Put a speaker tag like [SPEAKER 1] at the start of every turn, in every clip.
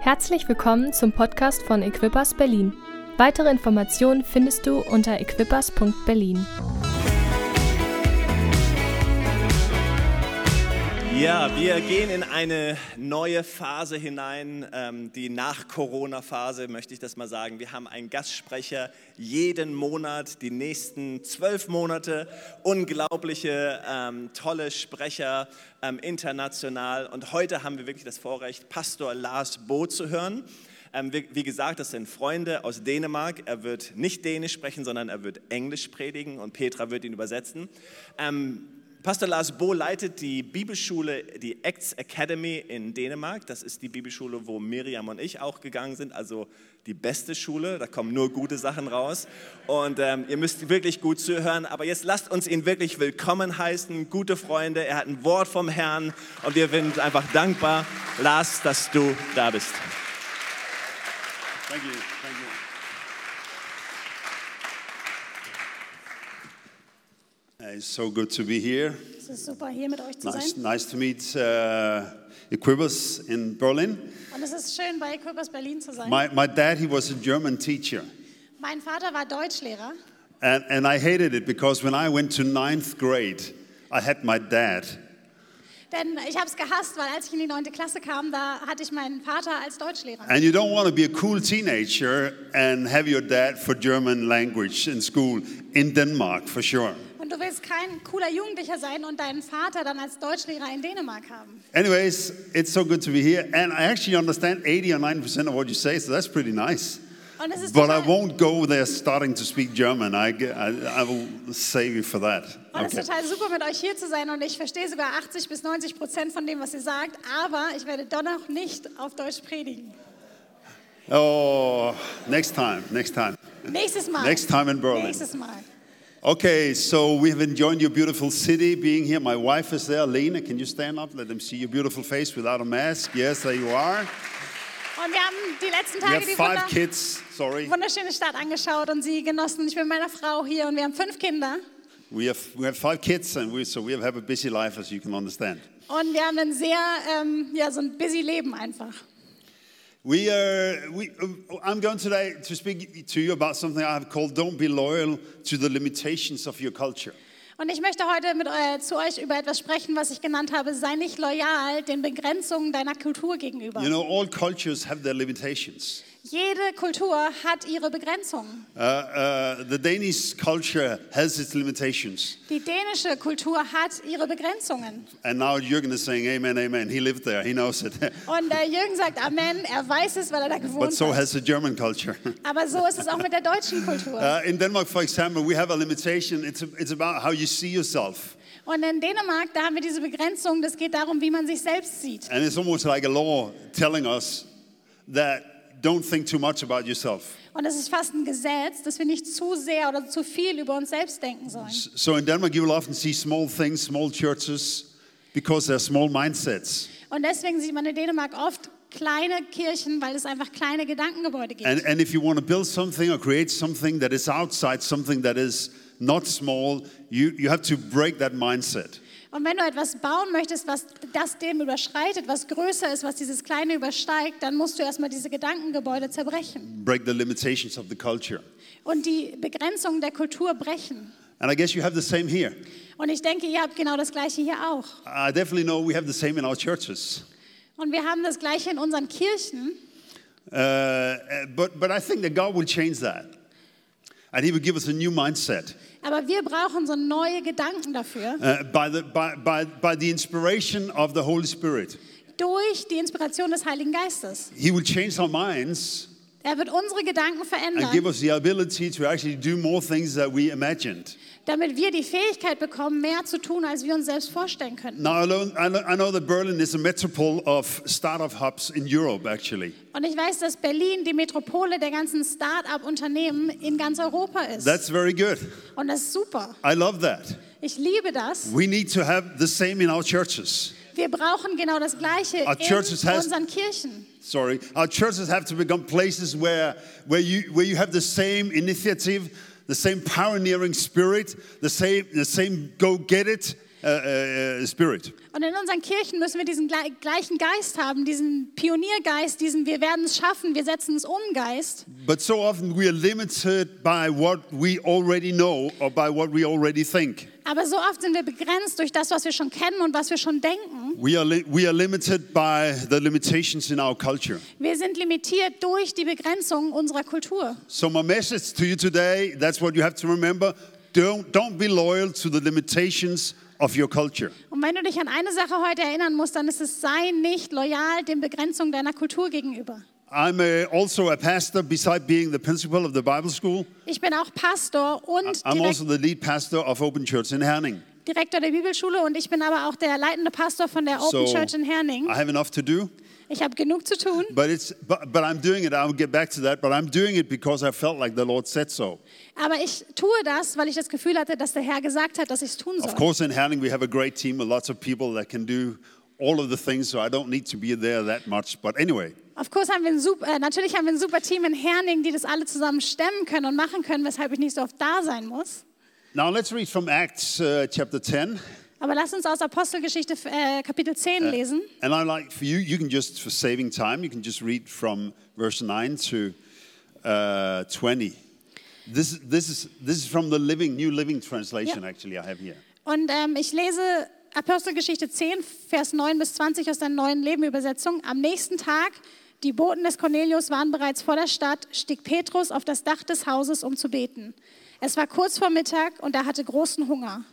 [SPEAKER 1] Herzlich willkommen zum Podcast von Equippers Berlin. Weitere Informationen findest du unter equippers.berlin.
[SPEAKER 2] Ja, wir gehen in eine neue Phase hinein, ähm, die Nach-Corona-Phase, möchte ich das mal sagen. Wir haben einen Gastsprecher jeden Monat, die nächsten zwölf Monate. Unglaubliche, ähm, tolle Sprecher ähm, international. Und heute haben wir wirklich das Vorrecht, Pastor Lars Bo zu hören. Ähm, wie, wie gesagt, das sind Freunde aus Dänemark. Er wird nicht Dänisch sprechen, sondern er wird Englisch predigen und Petra wird ihn übersetzen. Ähm, Pastor Lars Bo leitet die Bibelschule, die Acts Academy in Dänemark. Das ist die Bibelschule, wo Miriam und ich auch gegangen sind. Also die beste Schule. Da kommen nur gute Sachen raus. Und ähm, ihr müsst wirklich gut zuhören. Aber jetzt lasst uns ihn wirklich willkommen heißen. Gute Freunde. Er hat ein Wort vom Herrn. Und wir sind einfach dankbar, Lars, dass du da bist.
[SPEAKER 3] Thank you. Thank you. Uh, It's so good to be here.
[SPEAKER 4] Es ist super, hier mit euch zu
[SPEAKER 3] Nice,
[SPEAKER 4] sein.
[SPEAKER 3] nice to meet uh, Equibus in Berlin.
[SPEAKER 4] Und es ist schön, bei Equippers Berlin zu sein.
[SPEAKER 3] My, my dad, he was a German teacher.
[SPEAKER 4] mein Vater war Deutschlehrer.
[SPEAKER 3] And, and I hated it because when I went to ninth grade, I had my dad.
[SPEAKER 4] Denn ich habe es gehasst, weil als ich in die neunte Klasse kam, da hatte ich meinen Vater als Deutschlehrer.
[SPEAKER 3] And you don't want to be a cool teenager and have your dad for German language in school in Denmark, for sure.
[SPEAKER 4] Und du willst kein cooler Jugendlicher sein und deinen Vater dann als Deutschlehrer in Dänemark haben.
[SPEAKER 3] Anyways, it's so good to be here. And I actually understand 80 or 90% of what you say, so that's pretty nice.
[SPEAKER 4] Und es ist
[SPEAKER 3] But I
[SPEAKER 4] total,
[SPEAKER 3] won't go there starting to speak German. I, ge- I, I will save you for that.
[SPEAKER 4] und es ist total super, mit euch hier zu sein. Und ich verstehe sogar 80 bis 90 Prozent von dem, was ihr sagt. Aber ich werde dennoch nicht auf Deutsch predigen.
[SPEAKER 3] Oh, next time, next time.
[SPEAKER 4] Nächstes Mal.
[SPEAKER 3] Next time in Berlin.
[SPEAKER 4] Nächstes Mal.
[SPEAKER 3] Okay, so we have enjoyed your beautiful city being here. My wife is there. Lena, can you stand up? Let them see your beautiful face without a mask. Yes, there you are.
[SPEAKER 4] Und wir haben die letzten
[SPEAKER 3] We
[SPEAKER 4] Tage
[SPEAKER 3] have
[SPEAKER 4] die
[SPEAKER 3] five
[SPEAKER 4] Wunder...
[SPEAKER 3] kids. Sorry.
[SPEAKER 4] wunderschöne Stadt angeschaut und sie genossen. Ich bin mit meiner Frau hier und wir haben fünf Kinder
[SPEAKER 3] We have, we have five kids, and we, so we have a busy life, as you can understand.
[SPEAKER 4] und wir haben ein sehr, ähm, ja, so ein busy Leben einfach.
[SPEAKER 3] We are, we, uh, I'm going today to speak to you about something I have called Don't Be Loyal to the Limitations of Your Culture.
[SPEAKER 4] Und ich möchte heute mit eu zu euch über etwas sprechen, was ich genannt habe, sei nicht loyal den Begrenzungen deiner Kultur gegenüber.
[SPEAKER 3] You know, all cultures have their limitations.
[SPEAKER 4] Jede Kultur hat ihre Begrenzungen.
[SPEAKER 3] Uh, uh, the Danish culture has its limitations.
[SPEAKER 4] Die dänische Kultur hat ihre Begrenzungen.
[SPEAKER 3] And now Jürgen is saying, Amen, Amen. He lived there, he knows it.
[SPEAKER 4] Und äh, Jürgen sagt Amen, er weiß es, weil er da
[SPEAKER 3] but
[SPEAKER 4] gewohnt
[SPEAKER 3] so
[SPEAKER 4] hat.
[SPEAKER 3] has the German culture.
[SPEAKER 4] Aber so ist es auch mit der deutschen Kultur.
[SPEAKER 3] Uh, in Denmark, for example, we have a limitation. It's, it's about how you see yourself.
[SPEAKER 4] Und in Dänemark, da haben wir diese Begrenzung, das geht darum, wie man sich selbst sieht.
[SPEAKER 3] And it's almost like a law telling us that don't think too much about yourself.
[SPEAKER 4] Und es ist fast ein Gesetz, dass wir nicht zu sehr oder zu viel über uns selbst denken sollen.
[SPEAKER 3] So in Denmark, you will often see small things, small churches, because they're small mindsets.
[SPEAKER 4] Und deswegen sieht man in Dänemark oft kleine Kirchen, weil es einfach kleine Gedankengebäude gibt.
[SPEAKER 3] And, and if you want to build something or create something that is outside something that is not small, you, you have to break that mindset.
[SPEAKER 4] Und wenn du etwas bauen möchtest, was das dem überschreitet, was größer ist, was dieses Kleine übersteigt, dann musst du erstmal diese Gedankengebäude zerbrechen
[SPEAKER 3] Break the limitations of the culture.
[SPEAKER 4] und die Begrenzungen der Kultur brechen.
[SPEAKER 3] And I guess you have the same here.
[SPEAKER 4] Und ich denke, ihr habt genau das Gleiche hier auch.
[SPEAKER 3] I definitely know we have the same in our churches.
[SPEAKER 4] Und wir haben das Gleiche in unseren Kirchen.
[SPEAKER 3] Uh, uh, but, but I think that God will change that. And He will give us a new mindset
[SPEAKER 4] Aber wir brauchen so neue Gedanken dafür.
[SPEAKER 3] uh, by, the, by, by, by the inspiration of the Holy Spirit.
[SPEAKER 4] Durch die Inspiration des Heiligen Geistes.
[SPEAKER 3] He will change our minds
[SPEAKER 4] Er wird unsere Gedanken
[SPEAKER 3] and give
[SPEAKER 4] verändern,
[SPEAKER 3] us the ability to actually do more things that we imagined.
[SPEAKER 4] damit wir die Fähigkeit bekommen, mehr zu tun, als wir uns selbst vorstellen könnten.
[SPEAKER 3] Now, I know, I know- I know that Berlin is a metropole of startup hubs in Europe, actually.
[SPEAKER 4] Und ich weiß, dass Berlin die Metropole der ganzen Start-up-Unternehmen in ganz Europa ist.
[SPEAKER 3] That's very good.
[SPEAKER 4] Und das ist super.
[SPEAKER 3] I love that.
[SPEAKER 4] Ich liebe das.
[SPEAKER 3] We need to have the same in our churches.
[SPEAKER 4] Wir brauchen genau das Gleiche
[SPEAKER 3] Our churches
[SPEAKER 4] in
[SPEAKER 3] has-
[SPEAKER 4] unseren Kirchen.
[SPEAKER 3] Sorry. Our churches have to become places where, where, you, where you have the same initiative, the same pioneering spirit, the same, the same go get it uh, uh, spirit.
[SPEAKER 4] Und in unseren Kirchen müssen wir diesen gle- gleichen Geist haben, diesen Pioniergeist, diesen Wir werden es schaffen, wir setzen es um Geist.
[SPEAKER 3] But so often we are limited by what we already know or by what we already think.
[SPEAKER 4] Aber so oft sind wir begrenzt durch das, was wir schon kennen und was wir schon denken.
[SPEAKER 3] We are, li- we are limited by the limitations in our culture.
[SPEAKER 4] Wir sind limitiert durch die Begrenzung unserer Kultur.
[SPEAKER 3] So my message to you today, that's what you have to remember. Don't, don't be loyal to the limitations of your culture.
[SPEAKER 4] Und wenn du dich an eine Sache heute erinnern musst, dann ist es sei nicht loyal den Begrenzungen deiner Kultur gegenüber.
[SPEAKER 3] I'm a, also a pastor, beside being the principal of the Bible school.
[SPEAKER 4] Ich bin auch Pastor und
[SPEAKER 3] I'm also
[SPEAKER 4] Direkt
[SPEAKER 3] the lead pastor of Open Church in Herning.
[SPEAKER 4] Direktor der Bibelschule und ich bin aber auch der leitende Pastor von der
[SPEAKER 3] So
[SPEAKER 4] Open Church in Herning.
[SPEAKER 3] I have enough to do,
[SPEAKER 4] Ich habe genug zu tun.
[SPEAKER 3] but, it's, but, but I'm doing it. I'll get back to that. But I'm doing it because I felt like the Lord said so.
[SPEAKER 4] Aber ich tue das, weil ich das Gefühl hatte, dass der Herr gesagt hat, dass ich es tun
[SPEAKER 3] Of
[SPEAKER 4] soll.
[SPEAKER 3] course, in Herning, we have a great team with lots of people that can do all of the things, so I don't need to be there that much. But anyway,
[SPEAKER 4] Of course haben wir ein super, äh, natürlich haben wir ein super Team in Herning, die das alle zusammen stemmen können und machen können, weshalb ich nicht so oft da sein muss.
[SPEAKER 3] now let's read from Acts uh, chapter 10.
[SPEAKER 4] Aber lass uns aus Apostelgeschichte äh, Kapitel 10 lesen.
[SPEAKER 3] And I like for you, you can just, for saving time, you can just read from verse 9 to uh, 20. This, this, is, this is from the living, New Living Translation,
[SPEAKER 4] Yeah.
[SPEAKER 3] actually, I have here.
[SPEAKER 4] Und ähm, ich lese Apostelgeschichte 10, Vers 9 bis 20 aus der neuen Lebenübersetzung. Am nächsten Tag, die Boten des Cornelius waren bereits vor der Stadt, stieg Petrus auf das Dach des Hauses, um zu beten. Es war kurz vor Mittag und er hatte großen Hunger.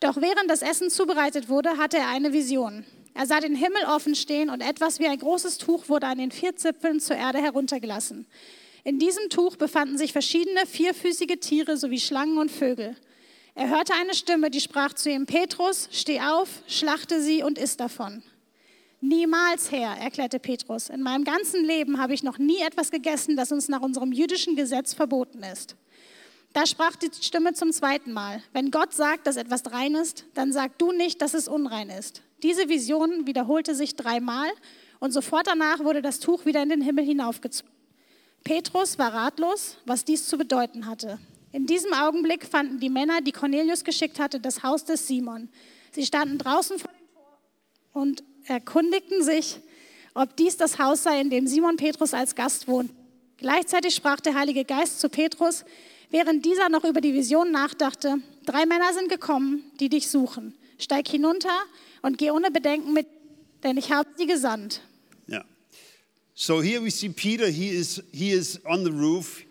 [SPEAKER 4] Doch während das Essen zubereitet wurde, hatte er eine Vision. Er sah den Himmel offen stehen und etwas wie ein großes Tuch wurde an den vier Zipfeln zur Erde heruntergelassen. In diesem Tuch befanden sich verschiedene vierfüßige Tiere sowie Schlangen und Vögel. Er hörte eine Stimme, die sprach zu ihm, Petrus, steh auf, schlachte sie und iss davon. Niemals, Herr, erklärte Petrus, in meinem ganzen Leben habe ich noch nie etwas gegessen, das uns nach unserem jüdischen Gesetz verboten ist. Da sprach die Stimme zum zweiten Mal, wenn Gott sagt, dass etwas rein ist, dann sag du nicht, dass es unrein ist. Diese Vision wiederholte sich dreimal und sofort danach wurde das Tuch wieder in den Himmel hinaufgezogen. Petrus war ratlos, was dies zu bedeuten hatte. In diesem Augenblick fanden die Männer, die Cornelius geschickt hatte, das Haus des Simon. Sie standen draußen vor dem Tor und erkundigten sich, ob dies das Haus sei, in dem Simon Petrus als Gast wohnt. Gleichzeitig sprach der Heilige Geist zu Petrus, während dieser noch über die Vision nachdachte, drei Männer sind gekommen, die dich suchen. Steig hinunter und geh ohne Bedenken mit, denn ich habe sie gesandt.
[SPEAKER 3] Yeah. So here we see Peter. He is he is on the roof,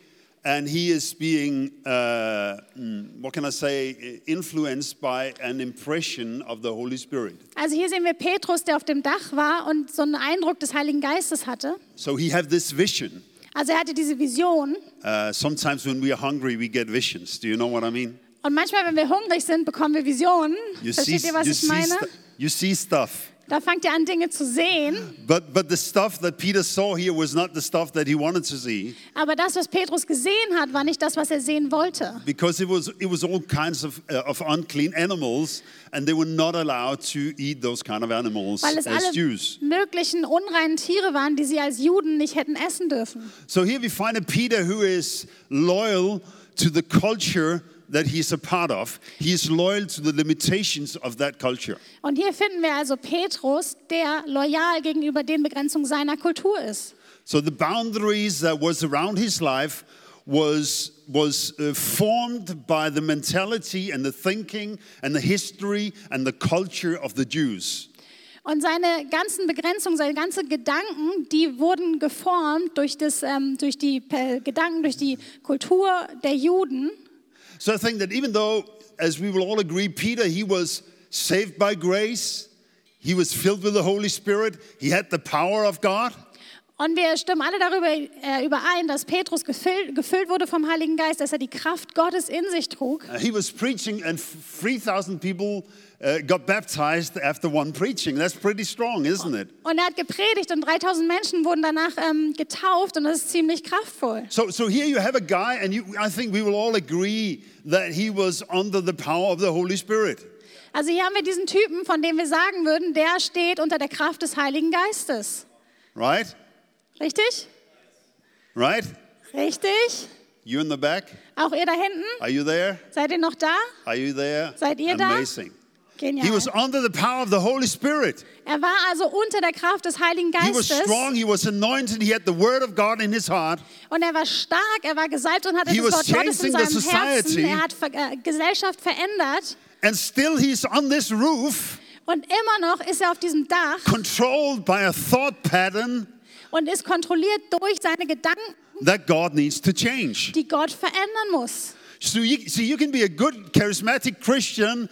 [SPEAKER 3] and he is being uh, mm, what can I say influenced by an impression of the Holy Spirit.
[SPEAKER 4] Also hier sehen wir Petrus, der auf dem Dach war und so einen Eindruck des Heiligen Geistes hatte.
[SPEAKER 3] So he had this vision.
[SPEAKER 4] Also er hatte diese Vision.
[SPEAKER 3] Uh, sometimes when we are hungry, we get visions. Do you know what I mean?
[SPEAKER 4] Und manchmal, wenn wir hungrig sind, bekommen wir Visionen.
[SPEAKER 3] You
[SPEAKER 4] Versteht ihr, was
[SPEAKER 3] you
[SPEAKER 4] ich meine?
[SPEAKER 3] stu- you see stuff.
[SPEAKER 4] Da fangt ihr an, Dinge zu sehen.
[SPEAKER 3] But but the stuff that Peter saw here was not the stuff that he wanted to see
[SPEAKER 4] Aber das, was Petrus gesehen hat, war nicht das, was er sehen wollte.
[SPEAKER 3] because it was it was all kinds of uh, of unclean animals and they were not allowed to eat those kind of animals
[SPEAKER 4] Weil es
[SPEAKER 3] as
[SPEAKER 4] alle
[SPEAKER 3] Jews.
[SPEAKER 4] möglichen unreinen Tiere waren, die sie als Juden nicht hätten essen dürfen.
[SPEAKER 3] So here we find a Peter who is loyal to the culture that he's a part of. He is loyal to the limitations of that culture.
[SPEAKER 4] Und hier finden wir also Petrus, der loyal gegenüber den Begrenzungen seiner Kultur ist.
[SPEAKER 3] So the boundaries that was around his life was was uh, formed by the mentality and the thinking and the history and the culture of the Jews.
[SPEAKER 4] Und seine ganzen Begrenzungen, seine ganzen Gedanken, die wurden geformt durch, das, ähm, durch die äh, Gedanken, durch die Kultur der Juden.
[SPEAKER 3] So I think that even though, as we will all agree, Peter, he was saved by grace, he was filled with the Holy Spirit, he had the power of God,
[SPEAKER 4] Und wir stimmen alle darüber äh, überein, dass Petrus gefüllt, gefüllt wurde vom Heiligen Geist, dass er die Kraft Gottes in sich trug.
[SPEAKER 3] uh, he was preaching, and 3,000 people uh, got baptized after one preaching. That's pretty strong, isn't it?
[SPEAKER 4] Und er hat gepredigt und 3000 Menschen wurden danach ähm, getauft und das ist ziemlich kraftvoll.
[SPEAKER 3] So, so here you have a guy, and you, I think we will all agree that he was under the power of the Holy Spirit.
[SPEAKER 4] Also hier haben wir diesen Typen, von dem wir sagen würden, der steht unter der Kraft des Heiligen Geistes.
[SPEAKER 3] Right?
[SPEAKER 4] Richtig?
[SPEAKER 3] Right?
[SPEAKER 4] Richtig?
[SPEAKER 3] You in the back?
[SPEAKER 4] Auch ihr da hinten?
[SPEAKER 3] Are you there?
[SPEAKER 4] Seid ihr noch da?
[SPEAKER 3] Are you there?
[SPEAKER 4] Seid ihr da?
[SPEAKER 3] Amazing.
[SPEAKER 4] Genial.
[SPEAKER 3] He was under the power of the Holy Spirit.
[SPEAKER 4] Er war also unter der Kraft des Heiligen
[SPEAKER 3] He was
[SPEAKER 4] Geistes
[SPEAKER 3] strong, he was anointed, he had the word of God in his heart.
[SPEAKER 4] und er war stark, er war gesalbt und hatte
[SPEAKER 3] He
[SPEAKER 4] das
[SPEAKER 3] was
[SPEAKER 4] Wort Gottes
[SPEAKER 3] changing
[SPEAKER 4] in seinem
[SPEAKER 3] the
[SPEAKER 4] Herzen.
[SPEAKER 3] society.
[SPEAKER 4] Er hat Ver äh, Gesellschaft verändert
[SPEAKER 3] And still he's on this roof,
[SPEAKER 4] und immer noch ist er auf diesem Dach
[SPEAKER 3] controlled by a thought pattern
[SPEAKER 4] und ist kontrolliert durch seine Gedanken,
[SPEAKER 3] that God needs to change.
[SPEAKER 4] die Gott verändern muss.
[SPEAKER 3] So you, see, you can be a good, charismatic Christian,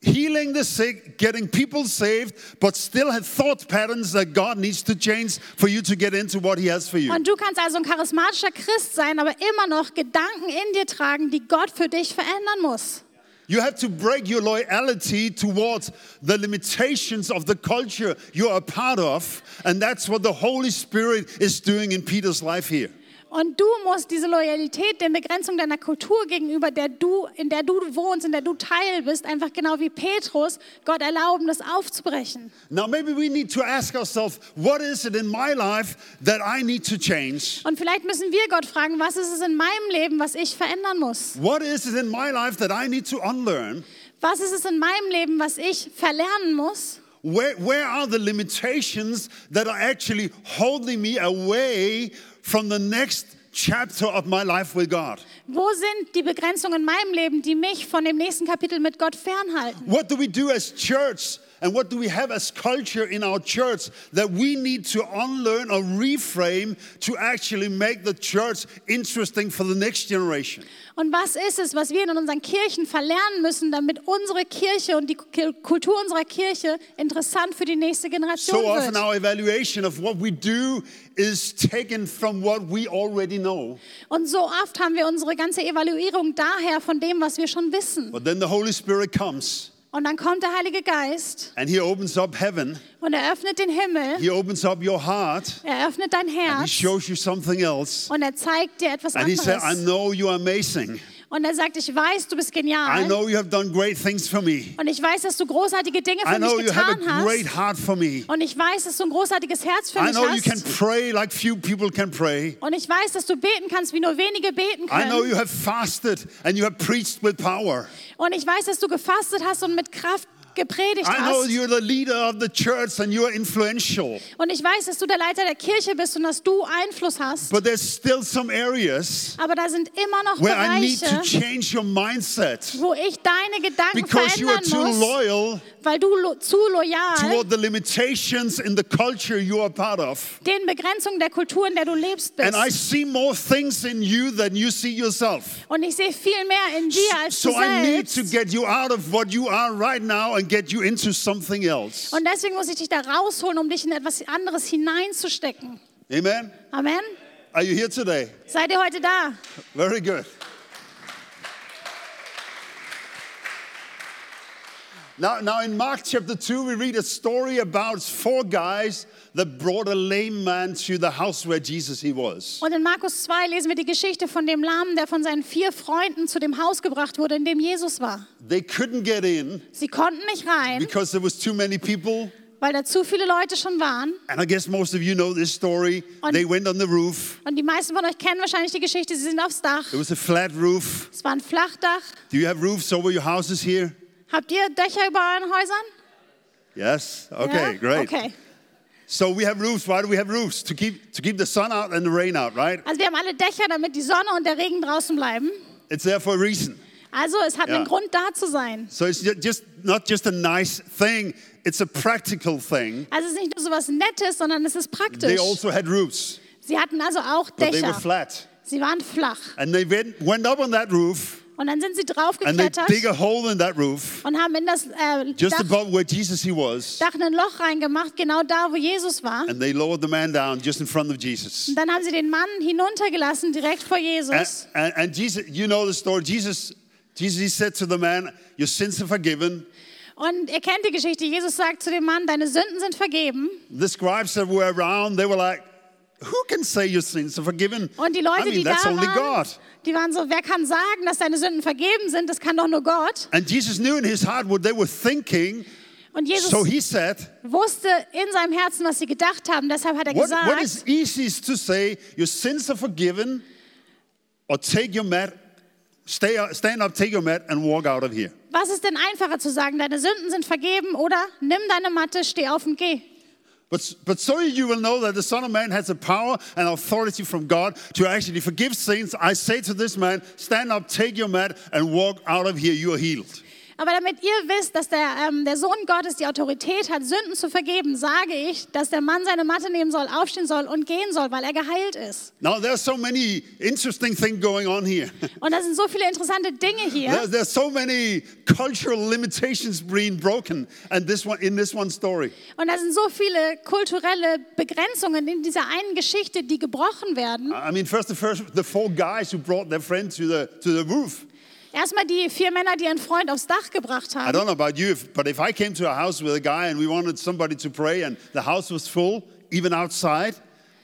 [SPEAKER 3] healing the sick, getting people saved, but still have thought patterns that God needs to change for you to get into what He has for you.
[SPEAKER 4] Und du kannst also ein charismatischer Christ sein, aber immer noch Gedanken in dir tragen, die Gott für dich verändern muss.
[SPEAKER 3] You have to break your loyalty towards the limitations of the culture you are a part of, and that's what the Holy Spirit is doing in Peter's life here.
[SPEAKER 4] Und du musst diese Loyalität den Begrenzungen deiner Kultur gegenüber, der du, in der du wohnst, in der du Teil bist, einfach genau wie Petrus, Gott erlauben, das aufzubrechen.
[SPEAKER 3] Now, maybe we need to ask ourselves, what is it in my life that I need to change?
[SPEAKER 4] Und vielleicht müssen wir Gott fragen, was ist es in meinem Leben, was ich verändern muss?
[SPEAKER 3] What is it in my life that I need to unlearn?
[SPEAKER 4] Was ist es in meinem Leben, was ich verlernen muss?
[SPEAKER 3] Where, where are the limitations that are actually holding me away from the next chapter of my life with God?
[SPEAKER 4] Wo sind die Begrenzungen in meinem Leben, die mich von dem nächsten Kapitel mit Gott fernhalten?
[SPEAKER 3] What do we do as church and what do we have as culture in our church that we need to unlearn or reframe to actually make the church interesting for the next generation?
[SPEAKER 4] Und was ist es, was wir in unseren Kirchen verlernen müssen, damit unsere Kirche und die Ki- Kultur unserer Kirche interessant für die nächste Generation
[SPEAKER 3] So often
[SPEAKER 4] wird?
[SPEAKER 3] our evaluation of what we do is taken from what we already know.
[SPEAKER 4] Und so oft haben wir unsere ganze Evaluierung daher von dem, was wir schon wissen.
[SPEAKER 3] But then the Holy Spirit comes
[SPEAKER 4] Und dann kommt der Heilige Geist
[SPEAKER 3] and he opens up heaven,
[SPEAKER 4] und er öffnet den Himmel,
[SPEAKER 3] he opens up your heart.
[SPEAKER 4] er öffnet dein
[SPEAKER 3] He
[SPEAKER 4] Herz
[SPEAKER 3] shows you something else.
[SPEAKER 4] und er zeigt dir etwas
[SPEAKER 3] And he said, I
[SPEAKER 4] anderes.
[SPEAKER 3] know you are amazing.
[SPEAKER 4] Und er sagt, ich weiß, du bist
[SPEAKER 3] I
[SPEAKER 4] genial.
[SPEAKER 3] know you have done great things for me.
[SPEAKER 4] Und ich weiß, dass du großartige Dinge
[SPEAKER 3] I
[SPEAKER 4] für
[SPEAKER 3] know
[SPEAKER 4] mich
[SPEAKER 3] you have
[SPEAKER 4] getan
[SPEAKER 3] a great
[SPEAKER 4] hast.
[SPEAKER 3] heart for me.
[SPEAKER 4] Und ich weiß, dass du ein großartiges Herz für
[SPEAKER 3] I
[SPEAKER 4] mich
[SPEAKER 3] know you can
[SPEAKER 4] hast.
[SPEAKER 3] pray like few people can pray.
[SPEAKER 4] Und ich weiß, dass du beten kannst, wie nur wenige beten
[SPEAKER 3] I know you
[SPEAKER 4] können.
[SPEAKER 3] have fasted and you have preached with power.
[SPEAKER 4] Und ich weiß, dass du gefastet hast und mit Kraft gepredigt
[SPEAKER 3] I know
[SPEAKER 4] hast.
[SPEAKER 3] you're the leader of the church and you are influential.
[SPEAKER 4] Und ich weiß, dass du der Leiter der Kirche bist und dass du Einfluss hast.
[SPEAKER 3] But there's still some areas
[SPEAKER 4] Aber da sind immer noch
[SPEAKER 3] where I need to
[SPEAKER 4] Bereiche,
[SPEAKER 3] change your mindset
[SPEAKER 4] wo ich deine Gedanken
[SPEAKER 3] because you are too
[SPEAKER 4] verändern muss,
[SPEAKER 3] loyal
[SPEAKER 4] weil du lo zu loyal
[SPEAKER 3] toward the limitations in the culture you are part of.
[SPEAKER 4] den Begrenzungen der Kultur, in der du lebst,
[SPEAKER 3] And I
[SPEAKER 4] bist.
[SPEAKER 3] see more things in you than you see yourself.
[SPEAKER 4] Und ich sehe viel mehr in dir als du
[SPEAKER 3] So I need to
[SPEAKER 4] selbst.
[SPEAKER 3] get you out of what you are right now and get you into something else.
[SPEAKER 4] Und deswegen muss ich dich da rausholen, um dich in etwas anderes hineinzustecken.
[SPEAKER 3] Amen?
[SPEAKER 4] Amen.
[SPEAKER 3] Are you here today?
[SPEAKER 4] Seid ihr heute da?
[SPEAKER 3] Very good. Now, now in Mark chapter 2, we read a story about four guys that brought a lame man to the house where Jesus he was.
[SPEAKER 4] Und in Markus 2 lesen wir die Geschichte von dem Lahmen, der von seinen vier Freunden zu dem Haus gebracht wurde, in dem Jesus war.
[SPEAKER 3] They couldn't get in
[SPEAKER 4] Sie konnten nicht rein,
[SPEAKER 3] because there was too many people.
[SPEAKER 4] weil da zu viele Leute schon waren.
[SPEAKER 3] And I guess most of you know this story.
[SPEAKER 4] On-
[SPEAKER 3] They went on the roof.
[SPEAKER 4] Und die meisten von euch kennen wahrscheinlich die Geschichte, sie sind aufs Dach.
[SPEAKER 3] It was a flat roof.
[SPEAKER 4] Es war ein Flachdach.
[SPEAKER 3] Do you have roofs over your houses here?
[SPEAKER 4] Habt ihr Dächer über euren Häusern?
[SPEAKER 3] Yes. Okay,
[SPEAKER 4] ja?
[SPEAKER 3] great.
[SPEAKER 4] Okay.
[SPEAKER 3] So we have roofs. Why do we have roofs? To keep to keep the sun out and the rain out, right?
[SPEAKER 4] Also wir haben alle Dächer, damit die Sonne und der Regen draußen bleiben.
[SPEAKER 3] It's there for a reason.
[SPEAKER 4] Also es hat
[SPEAKER 3] Ja.
[SPEAKER 4] einen Grund, da zu sein.
[SPEAKER 3] So it's ju- just not just a nice thing, it's a practical thing.
[SPEAKER 4] Also es ist nicht nur so was Nettes, sondern es ist
[SPEAKER 3] They
[SPEAKER 4] praktisch.
[SPEAKER 3] also had roofs,
[SPEAKER 4] Sie hatten also auch
[SPEAKER 3] but they were
[SPEAKER 4] Dächer.
[SPEAKER 3] flat.
[SPEAKER 4] Sie waren flach.
[SPEAKER 3] And they went, went up on that roof
[SPEAKER 4] Und dann sind sie
[SPEAKER 3] and they
[SPEAKER 4] draufgeklettert
[SPEAKER 3] dig a hole in that roof
[SPEAKER 4] und haben in das äh,
[SPEAKER 3] just
[SPEAKER 4] Dach
[SPEAKER 3] above where Jesus he was.
[SPEAKER 4] Dach ein Loch reingemacht, genau da, wo Jesus war. Und
[SPEAKER 3] And they lowered the man down just in front of Jesus.
[SPEAKER 4] dann haben sie den Mann hinuntergelassen, direkt vor
[SPEAKER 3] And,
[SPEAKER 4] Jesus.
[SPEAKER 3] and, and Jesus, you know the story. Jesus, Jesus he said to the man, Your sins are forgiven.
[SPEAKER 4] Und ihr kennt die Geschichte. Jesus sagt zu dem Mann, deine Sünden sind vergeben.
[SPEAKER 3] The scribes that were around, they were like, Who can say your sins are forgiven?
[SPEAKER 4] Und die
[SPEAKER 3] I
[SPEAKER 4] Leute,
[SPEAKER 3] mean,
[SPEAKER 4] die da
[SPEAKER 3] that's only
[SPEAKER 4] waren,
[SPEAKER 3] God.
[SPEAKER 4] die waren so, wer kann sagen, dass deine Sünden vergeben sind? Das kann doch nur Gott.
[SPEAKER 3] And Jesus knew in his heart what they were thinking.
[SPEAKER 4] Und Jesus
[SPEAKER 3] So he said,
[SPEAKER 4] wusste in seinem Herzen, was sie gedacht haben. Deshalb hat er
[SPEAKER 3] what,
[SPEAKER 4] gesagt,
[SPEAKER 3] what is easiest to say, your sins are forgiven, or take your mat, stay, stand up, take your mat, and walk out of here?
[SPEAKER 4] Was ist denn einfacher zu sagen, deine Sünden sind vergeben oder nimm deine Matte, steh auf und geh?
[SPEAKER 3] But, but so you will know that the Son of Man has the power and authority from God to actually forgive sins. I say to this man, stand up, take your mat, and walk out of here. You are healed.
[SPEAKER 4] Aber damit ihr wisst, dass der, ähm, der Sohn Gottes die Autorität hat, Sünden zu vergeben, sage ich, dass der Mann seine Matte nehmen soll, aufstehen soll und gehen soll, weil er geheilt ist.
[SPEAKER 3] Now, there's so many interesting things going on here.
[SPEAKER 4] Und da sind so viele interessante Dinge hier.
[SPEAKER 3] There, there's so many cultural limitations being broken and this one, in this one story.
[SPEAKER 4] Und da sind so viele kulturelle Begrenzungen in dieser einen Geschichte, die gebrochen werden.
[SPEAKER 3] I mean, first the, first, the four guys who brought their friend to the, to the roof.
[SPEAKER 4] Erstmal die vier Männer, die ihren Freund aufs Dach gebracht
[SPEAKER 3] I
[SPEAKER 4] haben.
[SPEAKER 3] don't know about you, if, but if I came to a house with a guy and we wanted somebody to pray and the house was full, even outside,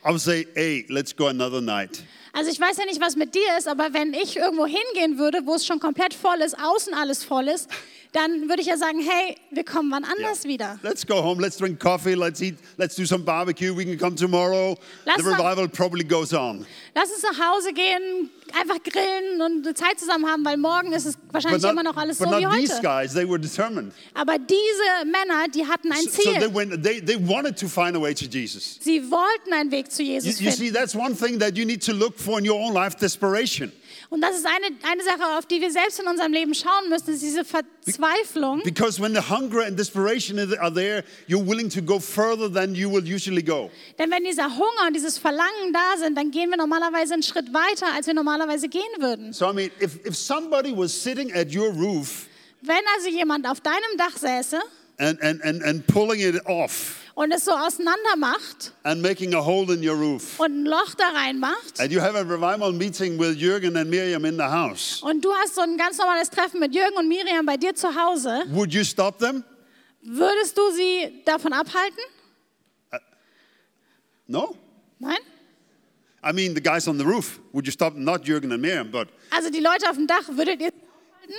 [SPEAKER 3] I would say, hey, let's go another night.
[SPEAKER 4] Also ich weiß ja nicht, was mit dir ist, aber wenn ich irgendwo hingehen würde, wo es schon komplett voll ist, außen alles voll ist, dann würde ich ja sagen, hey, wir kommen wann anders wieder.
[SPEAKER 3] Let's go home, let's drink coffee, let's eat, let's do some barbecue, we can come tomorrow.
[SPEAKER 4] Lass
[SPEAKER 3] the
[SPEAKER 4] mal-
[SPEAKER 3] revival probably goes on.
[SPEAKER 4] Lass uns nach Hause gehen, einfach grillen und eine Zeit zusammen haben, weil morgen ist es wahrscheinlich immer noch alles so
[SPEAKER 3] but
[SPEAKER 4] wie
[SPEAKER 3] not these
[SPEAKER 4] heute.
[SPEAKER 3] guys, they were determined.
[SPEAKER 4] Aber diese Männer, die hatten ein
[SPEAKER 3] So, so they,
[SPEAKER 4] Ziel.
[SPEAKER 3] went, they, they wanted to find a way to Jesus.
[SPEAKER 4] Sie wollten einen Weg zu
[SPEAKER 3] You,
[SPEAKER 4] Jesus
[SPEAKER 3] you
[SPEAKER 4] finden.
[SPEAKER 3] see, that's one thing that you need to look for in your own life desperation.
[SPEAKER 4] Und das ist eine, eine Sache, auf die wir selbst in unserem Leben schauen müssen, ist diese Verzweiflung.
[SPEAKER 3] Because when the hunger and desperation are there, you're willing to go further than you will usually go.
[SPEAKER 4] Denn wenn dieser Hunger und dieses Verlangen da sind, dann gehen wir normalerweise einen Schritt weiter, als wir normalerweise gehen würden.
[SPEAKER 3] So, I mean, if, if somebody was sitting at your roof
[SPEAKER 4] Wenn also jemand auf deinem Dach säße
[SPEAKER 3] and, and, and, and pulling it off
[SPEAKER 4] und es so auseinander macht
[SPEAKER 3] and making a hole in your roof,
[SPEAKER 4] und ein Loch da reinmacht
[SPEAKER 3] and you have a revival meeting with Jürgen and Miriam in the house,
[SPEAKER 4] und du hast so ein ganz normales Treffen mit Jürgen und Miriam bei dir zu Hause,
[SPEAKER 3] would you stop them?
[SPEAKER 4] würdest du sie davon abhalten?
[SPEAKER 3] No.
[SPEAKER 4] Nein?
[SPEAKER 3] I mean, the guys on the roof, would you stop them? Not Jürgen and Miriam, but
[SPEAKER 4] Also die Leute auf dem Dach, würdet ihr,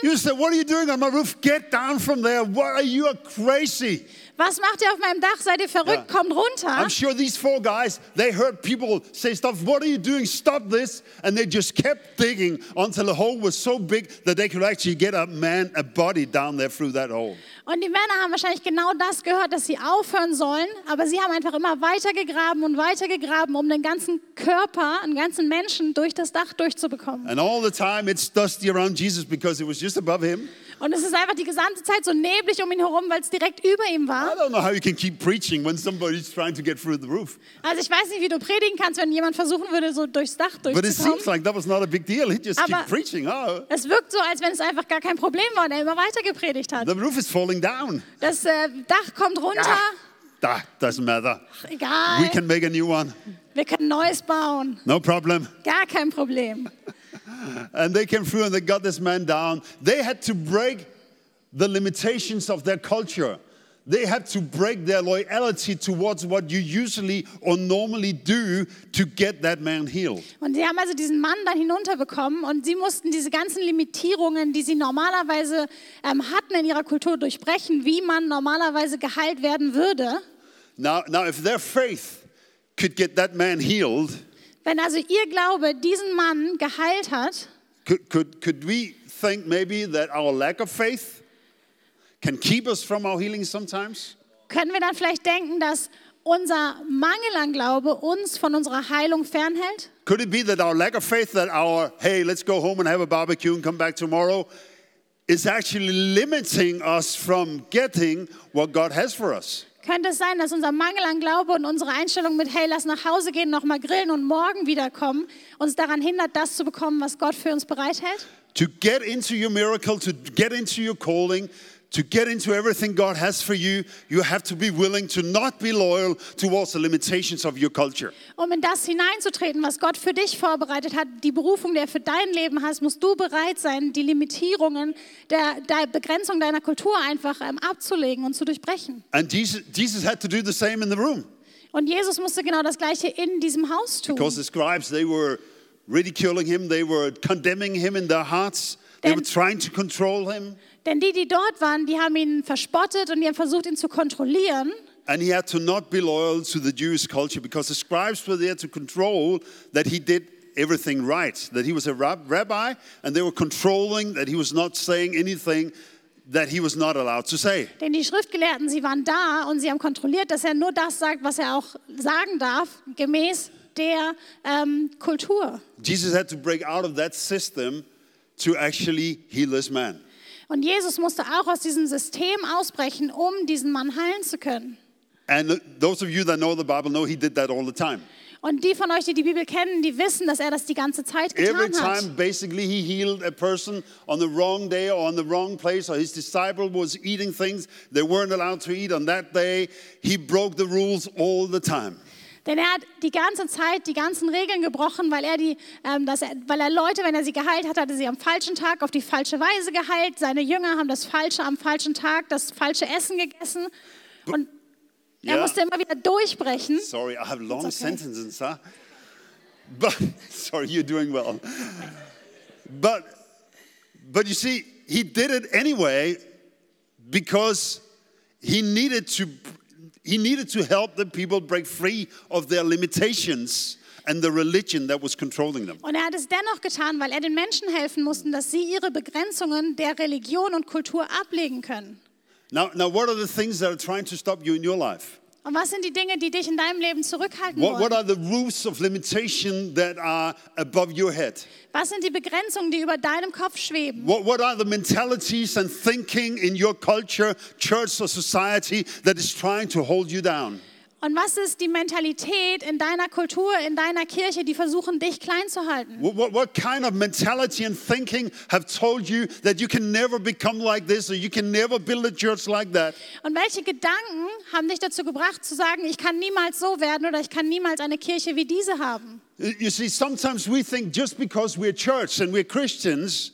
[SPEAKER 3] you said, What are you doing on my roof? Get down from there. What are you? You're crazy.
[SPEAKER 4] was macht ihr auf meinem Dach? Seid ihr verrückt?
[SPEAKER 3] Ja.
[SPEAKER 4] Kommt runter.
[SPEAKER 3] I'm sure these four guys, they heard people say stuff, what are you doing? Stop this. And they just kept digging until the hole was so big that they could actually get a man, a body down there through that hole.
[SPEAKER 4] Und die Männer haben wahrscheinlich genau das gehört, dass sie aufhören sollen, aber sie haben einfach immer weiter gegraben und weiter gegraben, um den ganzen Körper, einen ganzen Menschen durch das Dach durchzubekommen.
[SPEAKER 3] And all the time it's dusty around Jesus because it was just above him.
[SPEAKER 4] Und es ist einfach die gesamte Zeit so neblig um ihn herum, weil es direkt über ihm
[SPEAKER 3] I
[SPEAKER 4] war.
[SPEAKER 3] don't know how you can keep preaching when somebody's trying to get through the roof.
[SPEAKER 4] Also ich weiß nicht, wie du predigen kannst, wenn jemand versuchen würde, so durchs Dach
[SPEAKER 3] But it
[SPEAKER 4] durchzukommen.
[SPEAKER 3] seems like that was not a big deal. He just kept
[SPEAKER 4] Aber-
[SPEAKER 3] preaching. Oh,
[SPEAKER 4] Es wirkt so, als wenn es einfach gar kein Problem war und er immer weiter gepredigt hat.
[SPEAKER 3] the roof is falling down.
[SPEAKER 4] Das äh, Dach kommt runter.
[SPEAKER 3] Ah, that doesn't matter.
[SPEAKER 4] Ach,
[SPEAKER 3] We
[SPEAKER 4] Egal,
[SPEAKER 3] can make a new one.
[SPEAKER 4] wir können Neues bauen.
[SPEAKER 3] No problem.
[SPEAKER 4] Gar kein Problem.
[SPEAKER 3] And they came through and they got this man down. They had to break the limitations of their culture. They had to break their loyalty towards what you usually or normally do to get that man healed.
[SPEAKER 4] Und sie haben also diesen Mann dann hinunterbekommen und sie mussten diese ganzen Limitierungen, die sie normalerweise ähm, hatten in ihrer Kultur, durchbrechen, wie man normalerweise geheilt werden würde.
[SPEAKER 3] Now, now if their faith could get that man healed,
[SPEAKER 4] Wenn also ihr Glaube diesen Mann geheilt hat,
[SPEAKER 3] could, could, could we think maybe that our lack of faith can keep us from our healing sometimes?
[SPEAKER 4] können wir dann vielleicht denken, dass unser Mangel an Glaube uns von unserer Heilung fernhält?
[SPEAKER 3] Could it be that our lack of faith, that our, hey, let's go home and have a barbecue and come back tomorrow, is actually limiting us from getting what God has for us?
[SPEAKER 4] Könnte es sein, dass unser Mangel an Glaube und unsere Einstellung mit, hey, lass nach Hause gehen, nochmal grillen und morgen wiederkommen, uns daran hindert, das zu bekommen, was Gott für uns bereithält?
[SPEAKER 3] To get into your miracle, to get into your calling, to get into everything God has for you, you have to be willing to not be loyal towards the limitations of your culture.
[SPEAKER 4] Um in das hineinzutreten, was Gott für dich vorbereitet hat, die Berufung, die er für dein Leben hast, musst du bereit sein, die Limitierungen der, der Begrenzung deiner Kultur einfach ähm, abzulegen und zu durchbrechen.
[SPEAKER 3] And Jesus, Jesus had to do the same in the room
[SPEAKER 4] Und Jesus musste genau das Gleiche in diesem Haus tun.
[SPEAKER 3] because the scribes, they were ridiculing him, they were condemning him in their hearts, they were
[SPEAKER 4] Then-
[SPEAKER 3] trying to control him.
[SPEAKER 4] Denn die, die dort waren, die haben ihn verspottet und die haben versucht, ihn zu kontrollieren.
[SPEAKER 3] And he had to not be loyal to the Jewish culture because the scribes were there to control that he did everything right, that he was a rab- rabbi, and they were controlling that he was not saying anything that he was not allowed to say.
[SPEAKER 4] Denn die Schriftgelehrten, sie waren da und sie haben kontrolliert, dass er nur das sagt, was er auch sagen darf, gemäß der ähm, Kultur.
[SPEAKER 3] Jesus had to break out of that system to actually heal this man.
[SPEAKER 4] Und Jesus musste auch aus diesem System ausbrechen, um diesen Mann heilen zu können.
[SPEAKER 3] And th- those of you that know the Bible know he did that all the time.
[SPEAKER 4] Und die von euch, die die Bibel kennen, die wissen, dass er das die ganze Zeit
[SPEAKER 3] Every
[SPEAKER 4] getan hat.
[SPEAKER 3] time, basically, he healed a person on the wrong day or on the wrong place, or his disciple was eating things they weren't allowed to eat on that day. He broke the rules all the time.
[SPEAKER 4] Denn er hat die ganze Zeit die ganzen Regeln gebrochen, weil er, die, ähm, dass er, weil er Leute, wenn er sie geheilt hat, hatte sie am falschen Tag auf die falsche Weise geheilt. Seine Jünger haben das Falsche am falschen Tag, das falsche Essen gegessen. Und er
[SPEAKER 3] Ja.
[SPEAKER 4] musste immer wieder durchbrechen.
[SPEAKER 3] Sorry, I have long
[SPEAKER 4] okay.
[SPEAKER 3] sentences, huh? But sorry, you're doing well. But but you see, he did it anyway because he needed to he needed to help the people break free of their limitations and the religion that was controlling them.
[SPEAKER 4] Und er hat es dennoch getan, weil er den Menschen helfen musste, dass sie ihre Begrenzungen der Religion und Kultur ablegen können.
[SPEAKER 3] Now now what are the things that are trying to stop you in your life?
[SPEAKER 4] Und was sind die Dinge, die dich in deinem Leben zurückhalten
[SPEAKER 3] What what
[SPEAKER 4] wollen?
[SPEAKER 3] are the roofs of limitation that are above your head?
[SPEAKER 4] Was sind die Begrenzungen, die über deinem Kopf schweben?
[SPEAKER 3] What, what are the mentalities and thinking in your culture, church, or society that is trying to hold you down?
[SPEAKER 4] Und was ist die Mentalität in deiner Kultur, in deiner Kirche, die versuchen, dich klein zu halten?
[SPEAKER 3] What, what, what kind of mentality and thinking have told you that you can never become like this or you can never build a church like that?
[SPEAKER 4] Und welche Gedanken haben dich dazu gebracht, zu sagen, ich kann niemals so werden oder ich kann niemals eine Kirche wie diese haben?
[SPEAKER 3] You see, sometimes we think just because we're church and we're Christians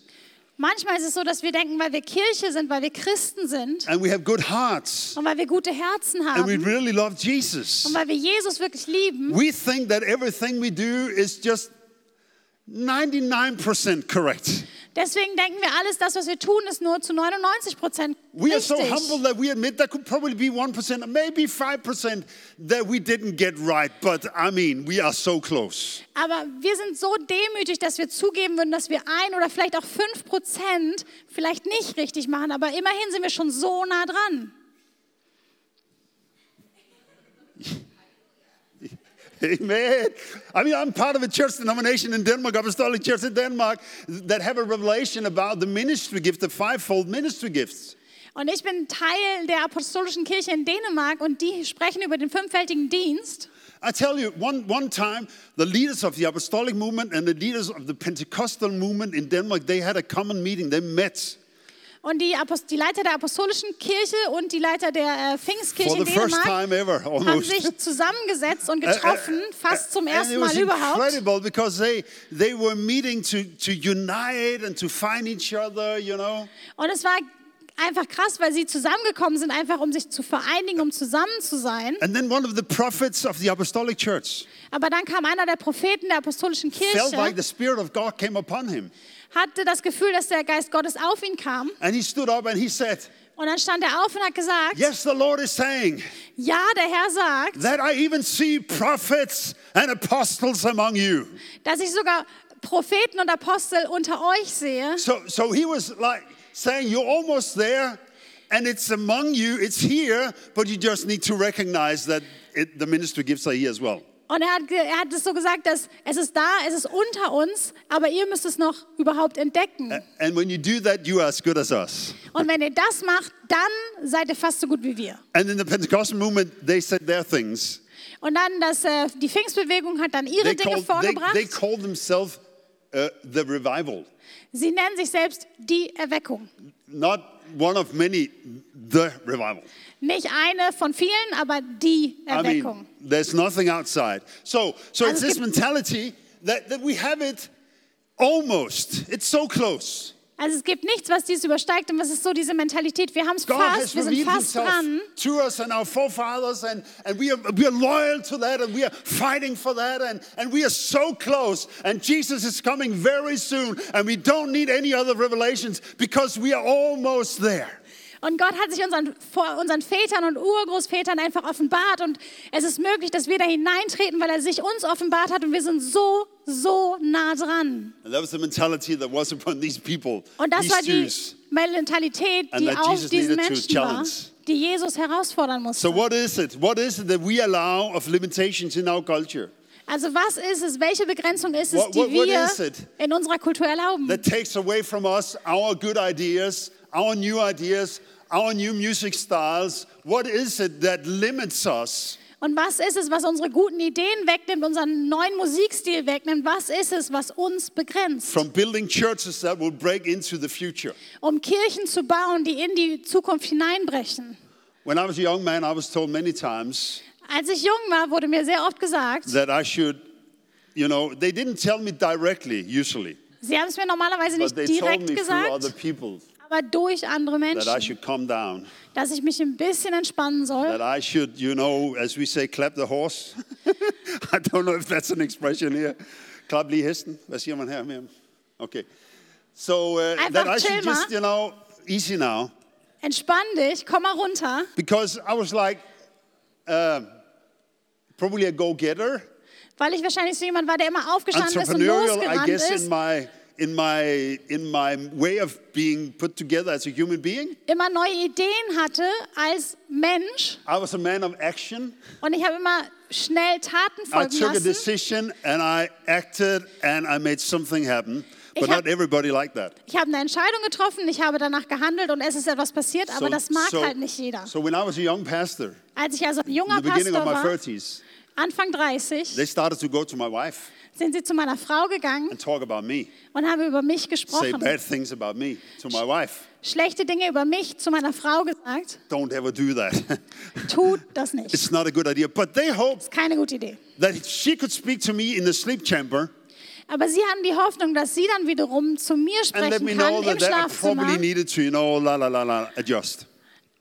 [SPEAKER 4] Manchmal ist es so, dass wir denken, weil wir Kirche sind, weil wir Christen sind
[SPEAKER 3] and we have good hearts
[SPEAKER 4] und weil wir gute Herzen
[SPEAKER 3] and we
[SPEAKER 4] haben
[SPEAKER 3] really love
[SPEAKER 4] und
[SPEAKER 3] Jesus,
[SPEAKER 4] weil wir Jesus wirklich lieben,
[SPEAKER 3] we think that everything we do is just 99% correct.
[SPEAKER 4] deswegen denken wir, alles das, was wir tun, ist nur zu 99 Prozent
[SPEAKER 3] We are so humble
[SPEAKER 4] richtig.
[SPEAKER 3] that we admit that could probably be 1% or maybe 5% that we didn't get right. But I mean, we are so close.
[SPEAKER 4] Aber wir sind so demütig, dass wir zugeben würden, dass wir ein oder vielleicht auch fünf Prozent vielleicht nicht richtig machen, aber immerhin sind wir schon so nah dran.
[SPEAKER 3] Amen. I mean, I'm part of a church denomination in Denmark, Apostolic Church in Denmark, that have a revelation about the ministry gift, the fivefold ministry gifts.
[SPEAKER 4] Und ich bin Teil der apostolischen Kirche in Dänemark und die sprechen über den fünffältigen Dienst.
[SPEAKER 3] I tell you, one, one time, the leaders of the apostolic movement and the leaders of the Pentecostal movement in Denmark, they had a common meeting. They met
[SPEAKER 4] Und die, Apost die Leiter der apostolischen Kirche und die Leiter der äh, Pfingstkirche
[SPEAKER 3] for
[SPEAKER 4] in
[SPEAKER 3] the first
[SPEAKER 4] Dänemark
[SPEAKER 3] time ever,
[SPEAKER 4] haben
[SPEAKER 3] almost.
[SPEAKER 4] sich zusammengesetzt und getroffen, fast zum
[SPEAKER 3] And
[SPEAKER 4] ersten
[SPEAKER 3] it was
[SPEAKER 4] Mal überhaupt.
[SPEAKER 3] incredible because they they were meeting to to unite and to find each other, you know.
[SPEAKER 4] Und es war einfach krass, weil sie zusammengekommen sind, einfach um sich zu vereinigen, um zusammen zu sein.
[SPEAKER 3] And then one of the prophets of the apostolic church
[SPEAKER 4] Aber dann kam einer der Propheten der apostolischen
[SPEAKER 3] felt like the
[SPEAKER 4] Kirche,
[SPEAKER 3] spirit of God came upon him,
[SPEAKER 4] hatte das Gefühl, dass der Geist Gottes auf ihn kam.
[SPEAKER 3] and he stood up and he said,
[SPEAKER 4] Und dann stand er auf und hat gesagt,
[SPEAKER 3] "Yes, the Lord is saying
[SPEAKER 4] ja, der Herr sagt,
[SPEAKER 3] that I even see prophets and apostles among you."
[SPEAKER 4] dass ich sogar Propheten und Apostel unter euch sehe.
[SPEAKER 3] So so he was like saying, "You're almost there." And it's among you, it's here, but you just need to recognize that it, the ministry gifts are here as well.
[SPEAKER 4] Und er hat, ge- er hat es so gesagt, dass es ist da, es ist unter uns, aber ihr müsst es noch überhaupt entdecken.
[SPEAKER 3] And when you do that, you are as good as us.
[SPEAKER 4] Und wenn ihr das macht, dann seid ihr fast so gut wie wir.
[SPEAKER 3] And in the Pentecostal movement, they said their things.
[SPEAKER 4] Und dann das, äh, die Pfingstbewegung hat dann ihre
[SPEAKER 3] They
[SPEAKER 4] Dinge
[SPEAKER 3] called, they,
[SPEAKER 4] vorgebracht.
[SPEAKER 3] they called themselves uh, the revival,
[SPEAKER 4] Sie nennen sich selbst die Erweckung.
[SPEAKER 3] not one of many, the revival.
[SPEAKER 4] Nicht eine von vielen, aber die
[SPEAKER 3] I
[SPEAKER 4] Erweckung.
[SPEAKER 3] mean, there's nothing outside. So, so it's
[SPEAKER 4] Also es
[SPEAKER 3] this
[SPEAKER 4] gibt-
[SPEAKER 3] mentality that, that we have it almost, it's so close.
[SPEAKER 4] also es gibt nichts, was dies übersteigt und was ist so diese Mentalität. Wir haben es
[SPEAKER 3] God
[SPEAKER 4] fast,
[SPEAKER 3] has
[SPEAKER 4] wir sind
[SPEAKER 3] revealed
[SPEAKER 4] fast
[SPEAKER 3] himself
[SPEAKER 4] dran.
[SPEAKER 3] to us and our forefathers, and, and we, are, we are loyal to that, and we are fighting for that, and, and we are so close. And Jesus is coming very soon, and we don't need any other revelations because we are almost there.
[SPEAKER 4] Und Gott hat sich unseren, vor unseren Vätern und Urgroßvätern einfach offenbart. Und es ist möglich, dass wir da hineintreten, weil er sich uns offenbart hat. Und wir sind so, so nah dran.
[SPEAKER 3] And that was the mentality that was upon these people,
[SPEAKER 4] Und das
[SPEAKER 3] these
[SPEAKER 4] war die
[SPEAKER 3] Jews.
[SPEAKER 4] Mentalität,
[SPEAKER 3] And
[SPEAKER 4] die
[SPEAKER 3] that
[SPEAKER 4] auf
[SPEAKER 3] Jesus
[SPEAKER 4] diesen
[SPEAKER 3] needed to
[SPEAKER 4] Menschen war,
[SPEAKER 3] challenge.
[SPEAKER 4] die Jesus herausfordern musste.
[SPEAKER 3] So what is it? What is it that we allow of limitations in our culture
[SPEAKER 4] also was ist es, welche Begrenzung ist es,
[SPEAKER 3] What-
[SPEAKER 4] die
[SPEAKER 3] what- what
[SPEAKER 4] wir
[SPEAKER 3] is it?
[SPEAKER 4] in unserer Kultur erlauben?
[SPEAKER 3] that takes away from us our good ideas, our new ideas, our new music styles? What is it that limits us?
[SPEAKER 4] Und was ist es, was unsere guten Ideen wegnimmt, unseren neuen Musikstil wegnimmt? Was ist es, was uns begrenzt,
[SPEAKER 3] From building churches that will break into the future.
[SPEAKER 4] um Kirchen zu bauen, die in die Zukunft hineinbrechen?
[SPEAKER 3] When I was a young man, I was told many times
[SPEAKER 4] Als ich jung war, wurde mir sehr oft gesagt,
[SPEAKER 3] that I should, you know, they didn't tell me directly usually,
[SPEAKER 4] sie haben es mir normalerweise
[SPEAKER 3] but
[SPEAKER 4] nicht
[SPEAKER 3] they told me
[SPEAKER 4] direkt
[SPEAKER 3] through other
[SPEAKER 4] gesagt,
[SPEAKER 3] people
[SPEAKER 4] aber durch andere
[SPEAKER 3] that I
[SPEAKER 4] Menschen,
[SPEAKER 3] should calm down,
[SPEAKER 4] dass ich mich ein bisschen entspannen soll,
[SPEAKER 3] that I should, you know, as we say, clap the horse. I don't know if that's an expression here. Clap Lee Heston. Hvad siger man her? Miriam? Okay. So uh,
[SPEAKER 4] Einfach
[SPEAKER 3] that I
[SPEAKER 4] chill,
[SPEAKER 3] should
[SPEAKER 4] ma.
[SPEAKER 3] just, you know, easy now.
[SPEAKER 4] entspann dich, komm mal runter.
[SPEAKER 3] Because I was like, uh, probably a go-getter,
[SPEAKER 4] Weil ich wahrscheinlich so jemand war, der immer aufgestanden ist und
[SPEAKER 3] entrepreneurial, I
[SPEAKER 4] losgerannt
[SPEAKER 3] guess, in
[SPEAKER 4] ist.
[SPEAKER 3] my in my in my way of being put together as a human being.
[SPEAKER 4] Immer neue Ideen hatte als Mensch.
[SPEAKER 3] I was a man of action.
[SPEAKER 4] Und ich habe immer schnell Taten
[SPEAKER 3] I
[SPEAKER 4] folgen
[SPEAKER 3] took a
[SPEAKER 4] lassen.
[SPEAKER 3] decision and I acted and I made something happen. But
[SPEAKER 4] Ich hab-
[SPEAKER 3] not everybody liked that.
[SPEAKER 4] Ich habe eine Entscheidung getroffen, ich habe danach gehandelt und es ist etwas passiert, aber das mag halt nicht jeder.
[SPEAKER 3] so when I was a young pastor,
[SPEAKER 4] Als ich also ein
[SPEAKER 3] in
[SPEAKER 4] junger
[SPEAKER 3] the beginning
[SPEAKER 4] Pastor
[SPEAKER 3] of my
[SPEAKER 4] war,
[SPEAKER 3] 30s,
[SPEAKER 4] Anfang 30,
[SPEAKER 3] they started to go to my wife
[SPEAKER 4] sind sie zu meiner Frau gegangen
[SPEAKER 3] and talk about me,
[SPEAKER 4] und haben über mich
[SPEAKER 3] say
[SPEAKER 4] gesprochen.
[SPEAKER 3] bad things about me to my wife.
[SPEAKER 4] Schlechte Dinge über mich zu meiner Frau gesagt.
[SPEAKER 3] Don't ever do that.
[SPEAKER 4] Tut das nicht.
[SPEAKER 3] it's not a good idea. But they hoped
[SPEAKER 4] Keine gute Idee.
[SPEAKER 3] that she could speak to me in the sleep chamber
[SPEAKER 4] Aber sie hatten die Hoffnung, dass sie dann wiederum zu mir
[SPEAKER 3] and let me
[SPEAKER 4] sprechen
[SPEAKER 3] know
[SPEAKER 4] kann
[SPEAKER 3] that,
[SPEAKER 4] im
[SPEAKER 3] that I probably
[SPEAKER 4] Schlafzimmer
[SPEAKER 3] needed to, you know, la la la la, adjust.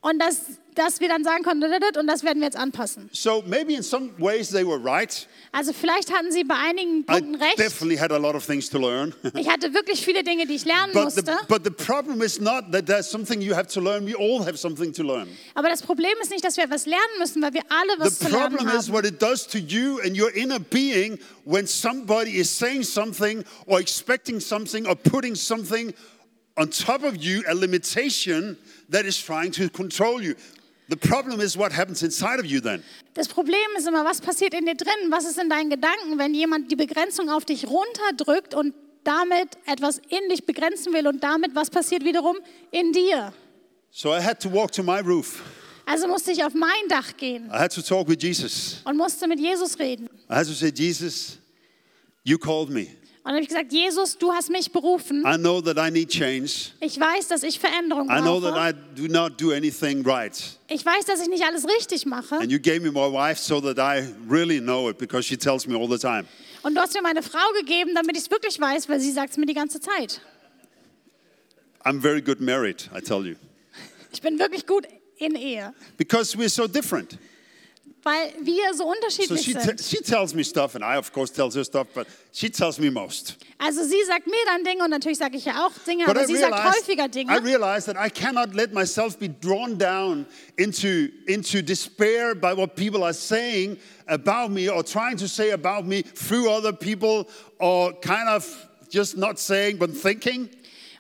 [SPEAKER 4] und dass, dass wir dann sagen konnten, "Dududud", und das werden wir jetzt anpassen.
[SPEAKER 3] So maybe in some ways they were right.
[SPEAKER 4] Also vielleicht hatten sie bei einigen
[SPEAKER 3] I
[SPEAKER 4] Punkten recht.
[SPEAKER 3] definitely had a lot of things to learn.
[SPEAKER 4] Ich hatte wirklich viele Dinge, die ich lernen
[SPEAKER 3] But the,
[SPEAKER 4] musste.
[SPEAKER 3] but the problem is not that there's something you have to learn. We all have something to learn.
[SPEAKER 4] Aber das Problem ist nicht, dass wir etwas lernen müssen, weil wir alle was
[SPEAKER 3] The
[SPEAKER 4] zu lernen
[SPEAKER 3] problem is
[SPEAKER 4] haben.
[SPEAKER 3] what it does to you and your inner being when somebody is saying something or expecting something or putting something on top of you, a limitation that is trying to control you. The problem is what happens inside of you then.
[SPEAKER 4] Das Problem ist immer, was passiert in dir drin? Was ist in deinen Gedanken, wenn jemand die Begrenzung auf dich runterdrückt und damit etwas in dich begrenzen will und damit was passiert wiederum in dir?
[SPEAKER 3] So I had to walk to my roof.
[SPEAKER 4] Also musste ich auf mein Dach gehen
[SPEAKER 3] I had to talk with Jesus.
[SPEAKER 4] und musste mit Jesus reden.
[SPEAKER 3] I had to say, Jesus, you called me.
[SPEAKER 4] Und habe ich gesagt, Jesus, du hast mich berufen.
[SPEAKER 3] I know that I need change.
[SPEAKER 4] Ich weiß, dass ich Veränderung
[SPEAKER 3] I know that
[SPEAKER 4] brauche.
[SPEAKER 3] I do not do anything right.
[SPEAKER 4] Ich weiß, dass ich nicht alles richtig mache.
[SPEAKER 3] And you gave me my wife so that I really know it because she tells me all the time.
[SPEAKER 4] Und du hast mir meine Frau gegeben, damit ich es wirklich weiß, weil sie sagt es mir die ganze Zeit.
[SPEAKER 3] I'm very good married, I tell you.
[SPEAKER 4] Ich bin wirklich gut in Ehe,
[SPEAKER 3] Because we're so different.
[SPEAKER 4] weil wir so
[SPEAKER 3] So
[SPEAKER 4] unterschiedlich
[SPEAKER 3] she, te-
[SPEAKER 4] sind.
[SPEAKER 3] she tells me stuff, and I, of course, tells her stuff, but she tells me most.
[SPEAKER 4] Also sie sagt mir dann Dinge und natürlich sage ich ja auch Dinge,
[SPEAKER 3] But I
[SPEAKER 4] aber sie sagt
[SPEAKER 3] realized,
[SPEAKER 4] häufiger
[SPEAKER 3] I
[SPEAKER 4] Dinge.
[SPEAKER 3] realized that I cannot let myself be drawn down into, into despair by what people are saying about me or trying to say about me through other people or kind of just not saying but thinking.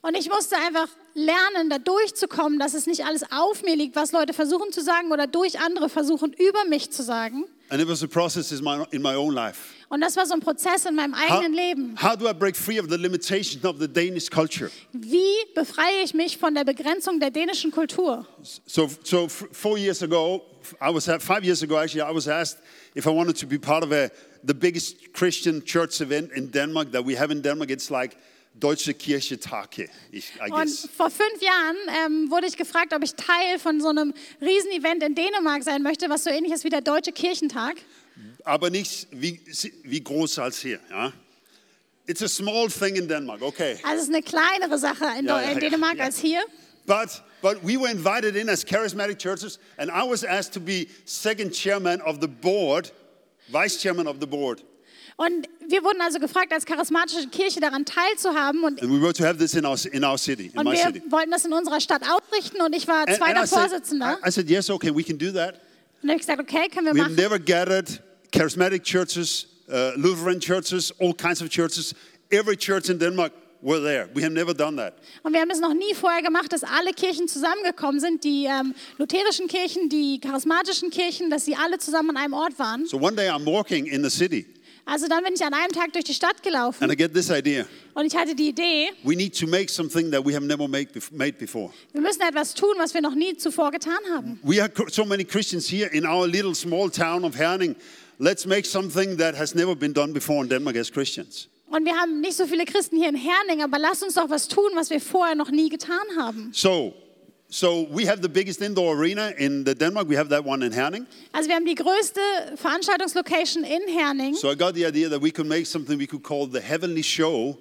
[SPEAKER 4] Und ich musste einfach lernen, da durchzukommen, dass es nicht alles auf mir liegt, was Leute versuchen zu sagen oder durch andere versuchen, über mich zu sagen.
[SPEAKER 3] And it was a process in my, in my own life.
[SPEAKER 4] Und das war so ein Prozess in meinem
[SPEAKER 3] How,
[SPEAKER 4] eigenen Leben.
[SPEAKER 3] how do I break free of the limitations of the Danish culture?
[SPEAKER 4] Wie befreie ich mich von der Begrenzung der dänischen Kultur?
[SPEAKER 3] So, so f- four years ago, I was at, five years ago actually, I was asked if I wanted to be part of a, the biggest Christian church event in Denmark that we have in Denmark. It's like Deutsche Kirche Tage, I
[SPEAKER 4] Und
[SPEAKER 3] guess.
[SPEAKER 4] vor fünf Jahren ähm, wurde ich gefragt, ob ich Teil von so einem Riesenevent in Dänemark sein möchte, was so ähnlich ist wie der Deutsche Kirchentag.
[SPEAKER 3] Aber nicht wie, wie groß als hier. Ja? It's a small thing in Denmark, okay.
[SPEAKER 4] Also es ist eine kleinere Sache in,
[SPEAKER 3] Ja,
[SPEAKER 4] Deu-
[SPEAKER 3] ja,
[SPEAKER 4] in
[SPEAKER 3] ja,
[SPEAKER 4] Dänemark
[SPEAKER 3] ja.
[SPEAKER 4] als hier.
[SPEAKER 3] But, but we were invited in as charismatic churches, and I was asked to be second chairman of the board, vice chairman of the board.
[SPEAKER 4] Und wir wurden also gefragt, als charismatische Kirche daran teilzuhaben. Und,
[SPEAKER 3] And we were to have this in our, in our city, in
[SPEAKER 4] und
[SPEAKER 3] my
[SPEAKER 4] wir
[SPEAKER 3] city.
[SPEAKER 4] wollten das in unserer Stadt ausrichten. Und ich war
[SPEAKER 3] And- and
[SPEAKER 4] zweiter
[SPEAKER 3] I, said,
[SPEAKER 4] Vorsitzender.
[SPEAKER 3] I, I said, yes, okay, we can do that.
[SPEAKER 4] und dann habe ich gesagt, okay, können wir
[SPEAKER 3] We have
[SPEAKER 4] machen.
[SPEAKER 3] never gathered charismatic churches, uh, Lutheran churches, all kinds of churches. Every church in Denmark were there. We have never done that.
[SPEAKER 4] Und wir haben es noch nie vorher gemacht, dass alle Kirchen zusammengekommen sind. Die ähm, lutherischen Kirchen, die charismatischen Kirchen, dass sie alle zusammen an einem Ort waren.
[SPEAKER 3] So one day I'm walking in the city
[SPEAKER 4] Also dann bin ich an einem Tag durch die Stadt gelaufen.
[SPEAKER 3] and I get this idea.
[SPEAKER 4] Und ich hatte die Idee,
[SPEAKER 3] We need to make something that we have never made, bef- made before.
[SPEAKER 4] wir müssen etwas tun, was wir noch nie zuvor getan haben.
[SPEAKER 3] We are cr- so many Christians here in our little small town of Herning. Let's make something that has never been done before in Denmark as Christians.
[SPEAKER 4] Und wir haben nicht so viele Christen hier in Herning, aber lasst uns doch was tun, was wir vorher noch nie getan haben.
[SPEAKER 3] So, so we have the biggest indoor arena in the Denmark. We have that one in Herning.
[SPEAKER 4] Also wir haben die größte Veranstaltungslocation in Herning.
[SPEAKER 3] So I got the idea that we could make something we could call the Heavenly Show,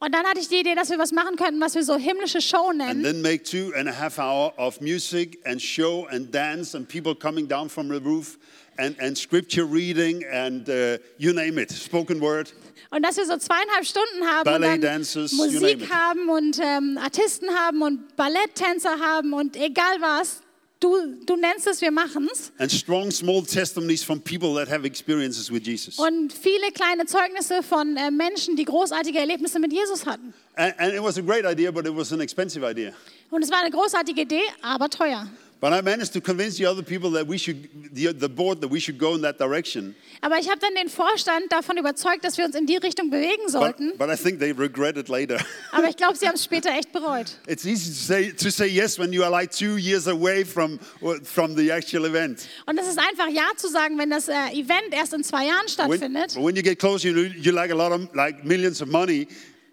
[SPEAKER 4] Und dann hatte ich die Idee, dass wir was machen könnten, was wir so himmlische Show
[SPEAKER 3] and
[SPEAKER 4] nennen.
[SPEAKER 3] then make two and a half hour of music and show and dance and people coming down from the roof and, and scripture reading and uh, you name it, spoken word.
[SPEAKER 4] Und dass wir so zweieinhalb Stunden haben
[SPEAKER 3] Ballet
[SPEAKER 4] und dann
[SPEAKER 3] dances, you name
[SPEAKER 4] Musik
[SPEAKER 3] it.
[SPEAKER 4] haben und ähm, Artisten haben und Balletttänzer haben und egal was. Du, du nennst es, wir machen es.
[SPEAKER 3] and strong small testimonies from people that have experiences with Jesus.
[SPEAKER 4] Und viele kleine Zeugnisse von äh, Menschen, die großartige Erlebnisse mit Jesus hatten.
[SPEAKER 3] And, and it was a great idea, but it was an expensive idea.
[SPEAKER 4] Und es war eine großartige Idee, aber teuer.
[SPEAKER 3] But I managed to convince the other people that we should, the, the board, that we should go in that direction.
[SPEAKER 4] Aber ich habe dann den Vorstand davon überzeugt, dass wir uns in die Richtung bewegen
[SPEAKER 3] But,
[SPEAKER 4] sollten.
[SPEAKER 3] but I think they regret it later.
[SPEAKER 4] Aber ich glaube, sie haben es später echt bereut.
[SPEAKER 3] it's easy to say, to say yes when you are like two years away from, from the actual event.
[SPEAKER 4] Und es ist einfach Ja zu sagen, wenn das äh, Event erst in zwei Jahren
[SPEAKER 3] When,
[SPEAKER 4] stattfindet.
[SPEAKER 3] when you get close, you, know, you like a lot of, like millions of money.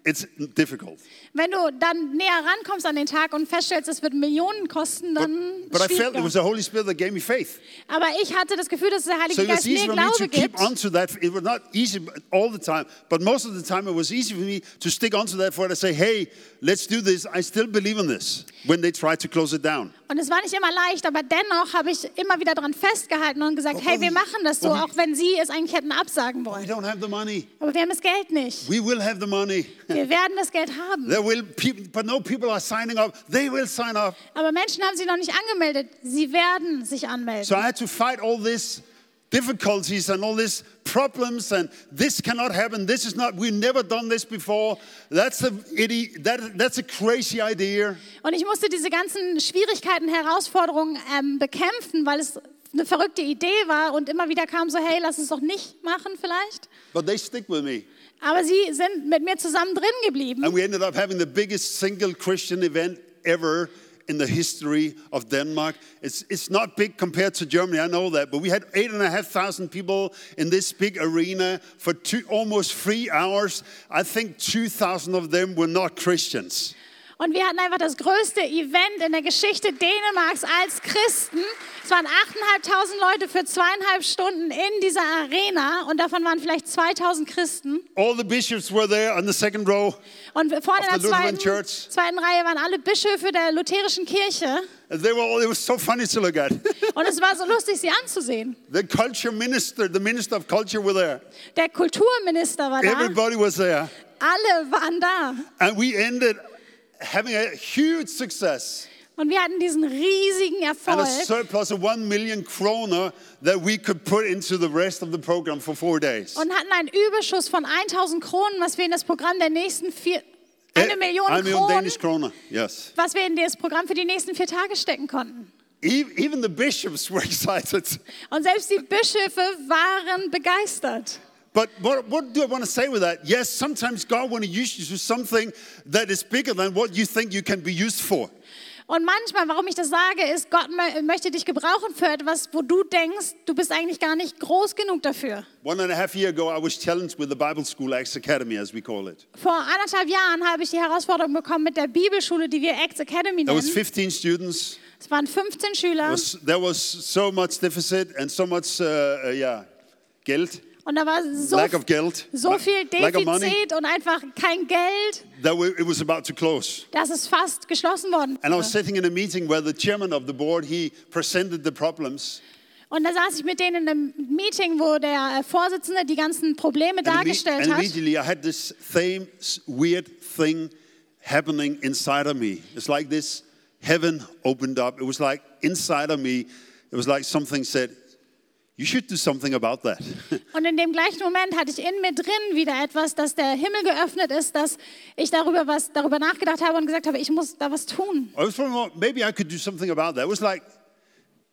[SPEAKER 3] It's difficult.
[SPEAKER 4] Wenn du dann näher rankommst an den Tag und feststellst, es wird Millionen kosten,
[SPEAKER 3] But,
[SPEAKER 4] dann
[SPEAKER 3] but I felt it
[SPEAKER 4] schwieriger.
[SPEAKER 3] was the Holy Spirit that gave me faith.
[SPEAKER 4] Aber ich hatte das Gefühl, dass der
[SPEAKER 3] So
[SPEAKER 4] Heilige
[SPEAKER 3] it
[SPEAKER 4] Geist
[SPEAKER 3] was
[SPEAKER 4] mir
[SPEAKER 3] easy for me
[SPEAKER 4] Glaube
[SPEAKER 3] to
[SPEAKER 4] gibt.
[SPEAKER 3] keep onto that. It was not easy all the time, but most of the time it was easy for me to stick onto that for it. I say, hey, let's do this. I still believe in this when they try to close it down.
[SPEAKER 4] Und es war nicht immer leicht, aber dennoch habe ich immer wieder daran festgehalten und gesagt, hey, wir machen das so,
[SPEAKER 3] Warum-
[SPEAKER 4] auch wenn sie es eigentlich hätten absagen
[SPEAKER 3] We
[SPEAKER 4] wollen.
[SPEAKER 3] don't have the money.
[SPEAKER 4] Aber wir haben das Geld nicht.
[SPEAKER 3] We will have the money.
[SPEAKER 4] Wir werden das Geld haben.
[SPEAKER 3] There will people, but no people are signing up. They will sign up.
[SPEAKER 4] Aber Menschen haben sich noch nicht angemeldet. Sie werden sich anmelden.
[SPEAKER 3] So I had to fight all this difficulties and all these problems and this cannot happen. This is not. We've never done this before. That's a idiot. That, that's a crazy idea.
[SPEAKER 4] Und ich musste diese ganzen Schwierigkeiten, Herausforderungen ähm, bekämpfen, weil es eine verrückte Idee war und immer wieder kam so, hey, lass es doch nicht machen vielleicht.
[SPEAKER 3] But they stick with me.
[SPEAKER 4] Aber sie sind mit mir zusammen drin geblieben.
[SPEAKER 3] And we ended up having the biggest single Christian event ever in the history of Denmark. It's, it's not big compared to Germany, I know that, but we had eight and a half thousand people in this big arena for two, almost three hours. I think 2,000 of them were not Christians.
[SPEAKER 4] Und wir hatten einfach das größte Event in der Geschichte Dänemarks als Christen. Es waren 8.500 Leute für zweieinhalb Stunden in dieser Arena und davon waren vielleicht 2.000 Christen.
[SPEAKER 3] All the bishops were there on the second row,
[SPEAKER 4] Und vorne
[SPEAKER 3] Of
[SPEAKER 4] in
[SPEAKER 3] the
[SPEAKER 4] der
[SPEAKER 3] Lutheran
[SPEAKER 4] zweiten,
[SPEAKER 3] Church.
[SPEAKER 4] zweiten Reihe waren alle Bischöfe der lutherischen Kirche.
[SPEAKER 3] and they were all, it was so funny to look at.
[SPEAKER 4] Und es war so lustig, sie anzusehen.
[SPEAKER 3] the culture minister, the minister of culture were there.
[SPEAKER 4] Der Kulturminister war da.
[SPEAKER 3] Everybody was there.
[SPEAKER 4] Alle waren da.
[SPEAKER 3] And we ended having a huge success.
[SPEAKER 4] Und wir hatten diesen riesigen
[SPEAKER 3] and a
[SPEAKER 4] Erfolg.
[SPEAKER 3] surplus of one million kroner that we could put into the rest of the program for four days.
[SPEAKER 4] Und hatten einen Überschuss von 1000 Kronen, was wir in das Programm der nächsten vier... Eine
[SPEAKER 3] Eh,
[SPEAKER 4] Million
[SPEAKER 3] I mean,
[SPEAKER 4] Kronen,
[SPEAKER 3] Danish kroner, yes.
[SPEAKER 4] was wir in das Programm für die nächsten vier Tage stecken konnten.
[SPEAKER 3] E- Even the bishops were excited.
[SPEAKER 4] Und selbst die Bischöfe waren begeistert.
[SPEAKER 3] But what, what do I want to say with that? Yes, sometimes God wants to use you to something that is bigger than what you think you can be used for.
[SPEAKER 4] Und manchmal, warum ich das sage, ist, Gott mö- möchte dich gebrauchen für etwas, wo du denkst, du bist eigentlich gar nicht groß genug dafür.
[SPEAKER 3] One and a half year ago, I was challenged with the Bible School Acts Academy, as we call it.
[SPEAKER 4] Vor anderthalb Jahren habe ich die Herausforderung bekommen mit der Bibelschule, die wir Acts Academy
[SPEAKER 3] There was
[SPEAKER 4] nennen.
[SPEAKER 3] 15 students.
[SPEAKER 4] Es waren 15
[SPEAKER 3] There
[SPEAKER 4] Schüler.
[SPEAKER 3] was, there was so much deficit and so much, uh, uh, yeah, guilt,
[SPEAKER 4] Und da war so,
[SPEAKER 3] lack of guilt,
[SPEAKER 4] so viel
[SPEAKER 3] lack of money.
[SPEAKER 4] Defizit und einfach kein Geld,
[SPEAKER 3] that we, it was about to close.
[SPEAKER 4] dass es fast geschlossen worden
[SPEAKER 3] And I was
[SPEAKER 4] war.
[SPEAKER 3] sitting in a meeting where the chairman of the board he presented the problems,
[SPEAKER 4] Und da saß ich mit denen in einem Meeting, wo der äh, Vorsitzende die ganzen Probleme
[SPEAKER 3] And, imme-
[SPEAKER 4] dargestellt
[SPEAKER 3] and
[SPEAKER 4] hat.
[SPEAKER 3] immediately I had this same s- weird thing happening inside of me. It's like this heaven opened up. It was like inside of me, it was like something said, You should do something about that.
[SPEAKER 4] Und in dem gleichen Moment hatte ich in mir drin wieder etwas, dass der Himmel geöffnet ist, dass ich darüber was darüber nachgedacht habe und gesagt habe, ich muss da was tun.
[SPEAKER 3] I was wondering, well, maybe I could do something about that. It was like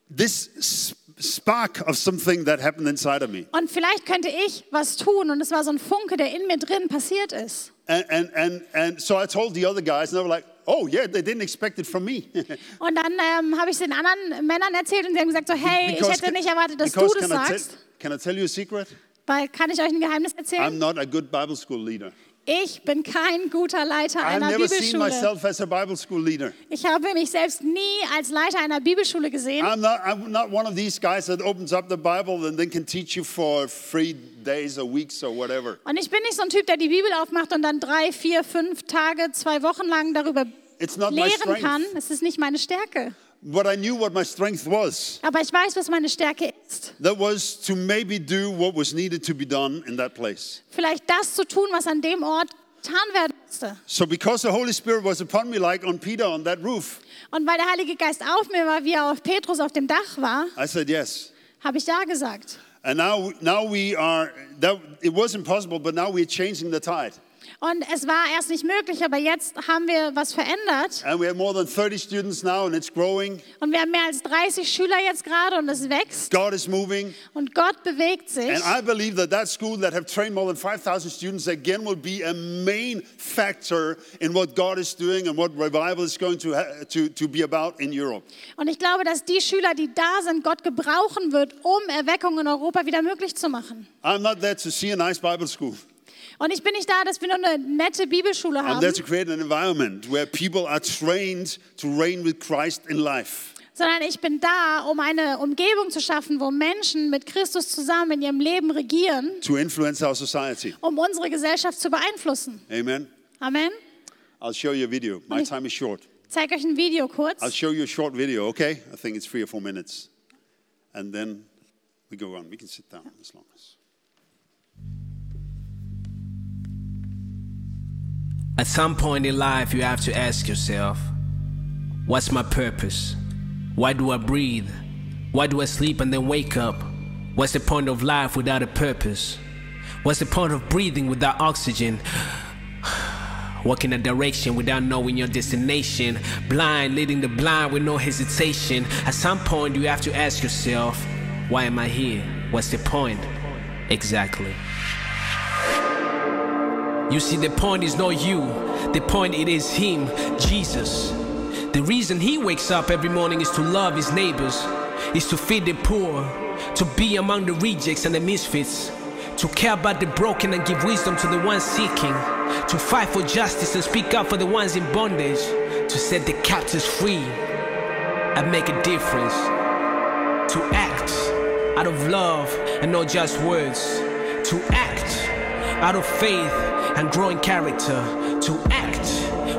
[SPEAKER 3] this s- spark of something that happened inside of me.
[SPEAKER 4] Und vielleicht könnte ich was tun. Und es war so ein Funke, der in mir drin passiert ist.
[SPEAKER 3] And, and, and, and so I told the other guys, and they were like, Oh, yeah, they didn't expect it from me.
[SPEAKER 4] Und dann ähm, habe ich es den anderen Männern erzählt und sie haben gesagt so, hey, ich
[SPEAKER 3] Because
[SPEAKER 4] hätte
[SPEAKER 3] ca-
[SPEAKER 4] nicht erwartet, dass du
[SPEAKER 3] because
[SPEAKER 4] das
[SPEAKER 3] can I tell-
[SPEAKER 4] sagst.
[SPEAKER 3] can I tell you a secret?
[SPEAKER 4] Weil kann ich euch ein Geheimnis
[SPEAKER 3] I'm
[SPEAKER 4] erzählen?
[SPEAKER 3] not a good Bible school leader.
[SPEAKER 4] Ich bin kein guter Leiter
[SPEAKER 3] I've
[SPEAKER 4] einer
[SPEAKER 3] never seen
[SPEAKER 4] Bibelschule.
[SPEAKER 3] myself as a Bible school leader.
[SPEAKER 4] Ich habe mich selbst nie als Leiter einer Bibelschule gesehen.
[SPEAKER 3] I'm not, I'm not one of these guys that opens up the Bible and then can teach you for three days or weeks or whatever.
[SPEAKER 4] Und ich bin nicht so ein Typ, der die Bibel aufmacht und dann drei, vier, fünf Tage, zwei Wochen lang darüber
[SPEAKER 3] It's not my
[SPEAKER 4] lehren kann.
[SPEAKER 3] strength.
[SPEAKER 4] Es ist nicht meine Stärke.
[SPEAKER 3] But I knew what my strength was.
[SPEAKER 4] Aber ich weiß, was meine Stärke ist.
[SPEAKER 3] That was to maybe do what was needed to be done in that place.
[SPEAKER 4] Vielleicht das zu tun, was an dem Ort getan werden musste.
[SPEAKER 3] So because the Holy Spirit was upon me like on Peter on that roof,
[SPEAKER 4] Und weil der Heilige Geist auf mir war, wie er auf Petrus auf dem Dach war,
[SPEAKER 3] I said yes.
[SPEAKER 4] habe ich ja gesagt.
[SPEAKER 3] And now, now we are, that, it was impossible, but now we're changing the tide.
[SPEAKER 4] Und es war erst nicht möglich, aber jetzt haben wir was verändert.
[SPEAKER 3] And we have more than 30 students now and it's growing.
[SPEAKER 4] Und wir haben mehr als 30 Schüler jetzt gerade und es wächst.
[SPEAKER 3] God is moving.
[SPEAKER 4] Und Gott bewegt sich.
[SPEAKER 3] And I believe that that school that have trained more than 5,000 students again will be a main factor in what God is doing and what revival is going to, ha- to, to be about in Europe.
[SPEAKER 4] Und ich glaube, dass die Schüler, die da sind, Gott gebrauchen wird, um Erweckung in Europa wieder möglich zu machen.
[SPEAKER 3] I'm not there to see a nice Bible school.
[SPEAKER 4] Und ich bin nicht da, dass wir nur eine nette Bibelschule
[SPEAKER 3] I'm there
[SPEAKER 4] haben,
[SPEAKER 3] to create an environment where people are trained to reign with Christ in life.
[SPEAKER 4] sondern ich bin da, um eine Umgebung zu schaffen, wo Menschen mit Christus zusammen in ihrem Leben regieren,
[SPEAKER 3] To influence our society.
[SPEAKER 4] um unsere Gesellschaft zu beeinflussen.
[SPEAKER 3] Amen.
[SPEAKER 4] Amen.
[SPEAKER 3] I'll show you a video. My time is short.
[SPEAKER 4] Ich zeige euch ein Video kurz.
[SPEAKER 3] I'll show you a short video, okay? I think it's three or four minutes. And then we go on. We can sit down as long as.
[SPEAKER 5] At some point in life, you have to ask yourself What's my purpose? Why do I breathe? Why do I sleep and then wake up? What's the point of life without a purpose? What's the point of breathing without oxygen? Walking a direction without knowing your destination. Blind, leading the blind with no hesitation. At some point, you have to ask yourself, Why am I here? What's the point? Exactly. You see, the point is not you, the point it is Him, Jesus. The reason He wakes up every morning is to love His neighbors, is to feed the poor, to be among the rejects and the misfits, to care about the broken and give wisdom to the ones seeking, to fight for justice and speak up for the ones in bondage, to set the captives free and make a difference to act out of love and not just words, to act out of faith and growing character, to act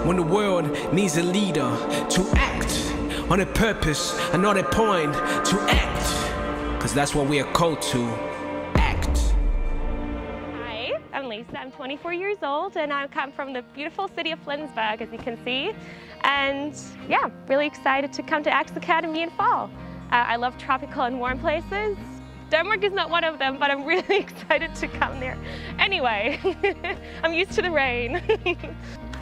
[SPEAKER 5] when the world needs a leader, to act on a purpose and not a point, to act because that's what we are called to act.
[SPEAKER 6] Hi, I'm Lisa. I'm 24 years old and I come from the beautiful city of Flensburg, as you can see. And yeah, really excited to come to Axe Academy in fall. Uh, I love tropical and warm places. Denmark is not one of them, but I'm really excited to come there. Anyway, I'm used to the rain.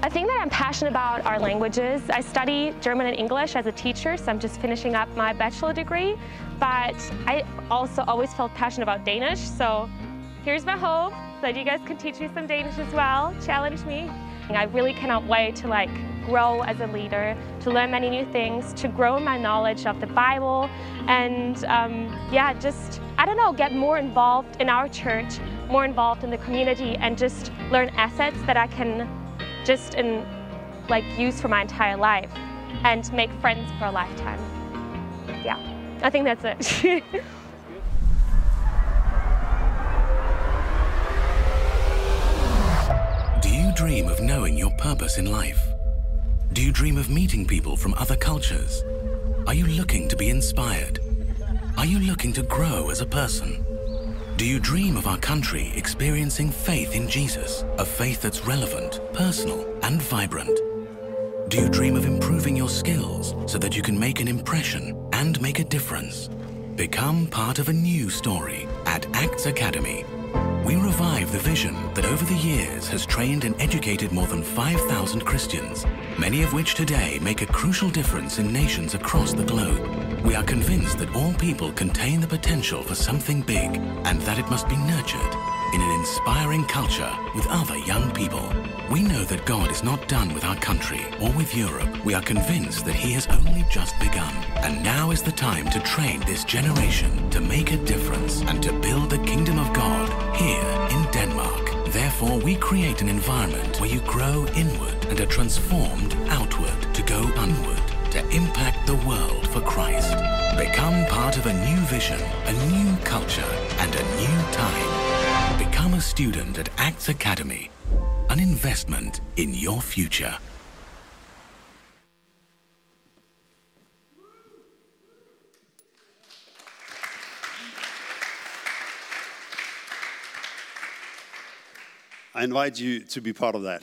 [SPEAKER 6] A thing that I'm passionate about are languages. I study German and English as a teacher, so I'm just finishing up my bachelor degree. But I also always felt passionate about Danish, so Here's my hope that you guys can teach me some Danish as well. Challenge me. I really cannot wait to like grow as a leader, to learn many new things, to grow in my knowledge of the Bible, and um, yeah, just I don't know, get more involved in our church, more involved in the community, and just learn assets that I can just in like use for my entire life and make friends for a lifetime. Yeah, I think that's it.
[SPEAKER 7] Do you dream of knowing your purpose in life? Do you dream of meeting people from other cultures? Are you looking to be inspired? Are you looking to grow as a person? Do you dream of our country experiencing faith in Jesus? A faith that's relevant, personal, and vibrant? Do you dream of improving your skills so that you can make an impression and make a difference? Become part of a new story at Acts Academy. We revive the vision that over the years has trained and educated more than 5,000 Christians, many of which today make a crucial difference in nations across the globe. We are convinced that all people contain the potential for something big and that it must be nurtured in an inspiring culture with other young people. We know that God is not done with our country or with Europe. We are convinced that He has only just begun. And now is the time to train this generation to make a difference and to build the kingdom of God here in Denmark. Therefore, we create an environment where you grow inward and are transformed outward to go onward to impact the world for Christ. Become part of a new vision, a new culture, and a new time. Become a student at Acts Academy, an investment in your future.
[SPEAKER 3] I invite you to be part of that.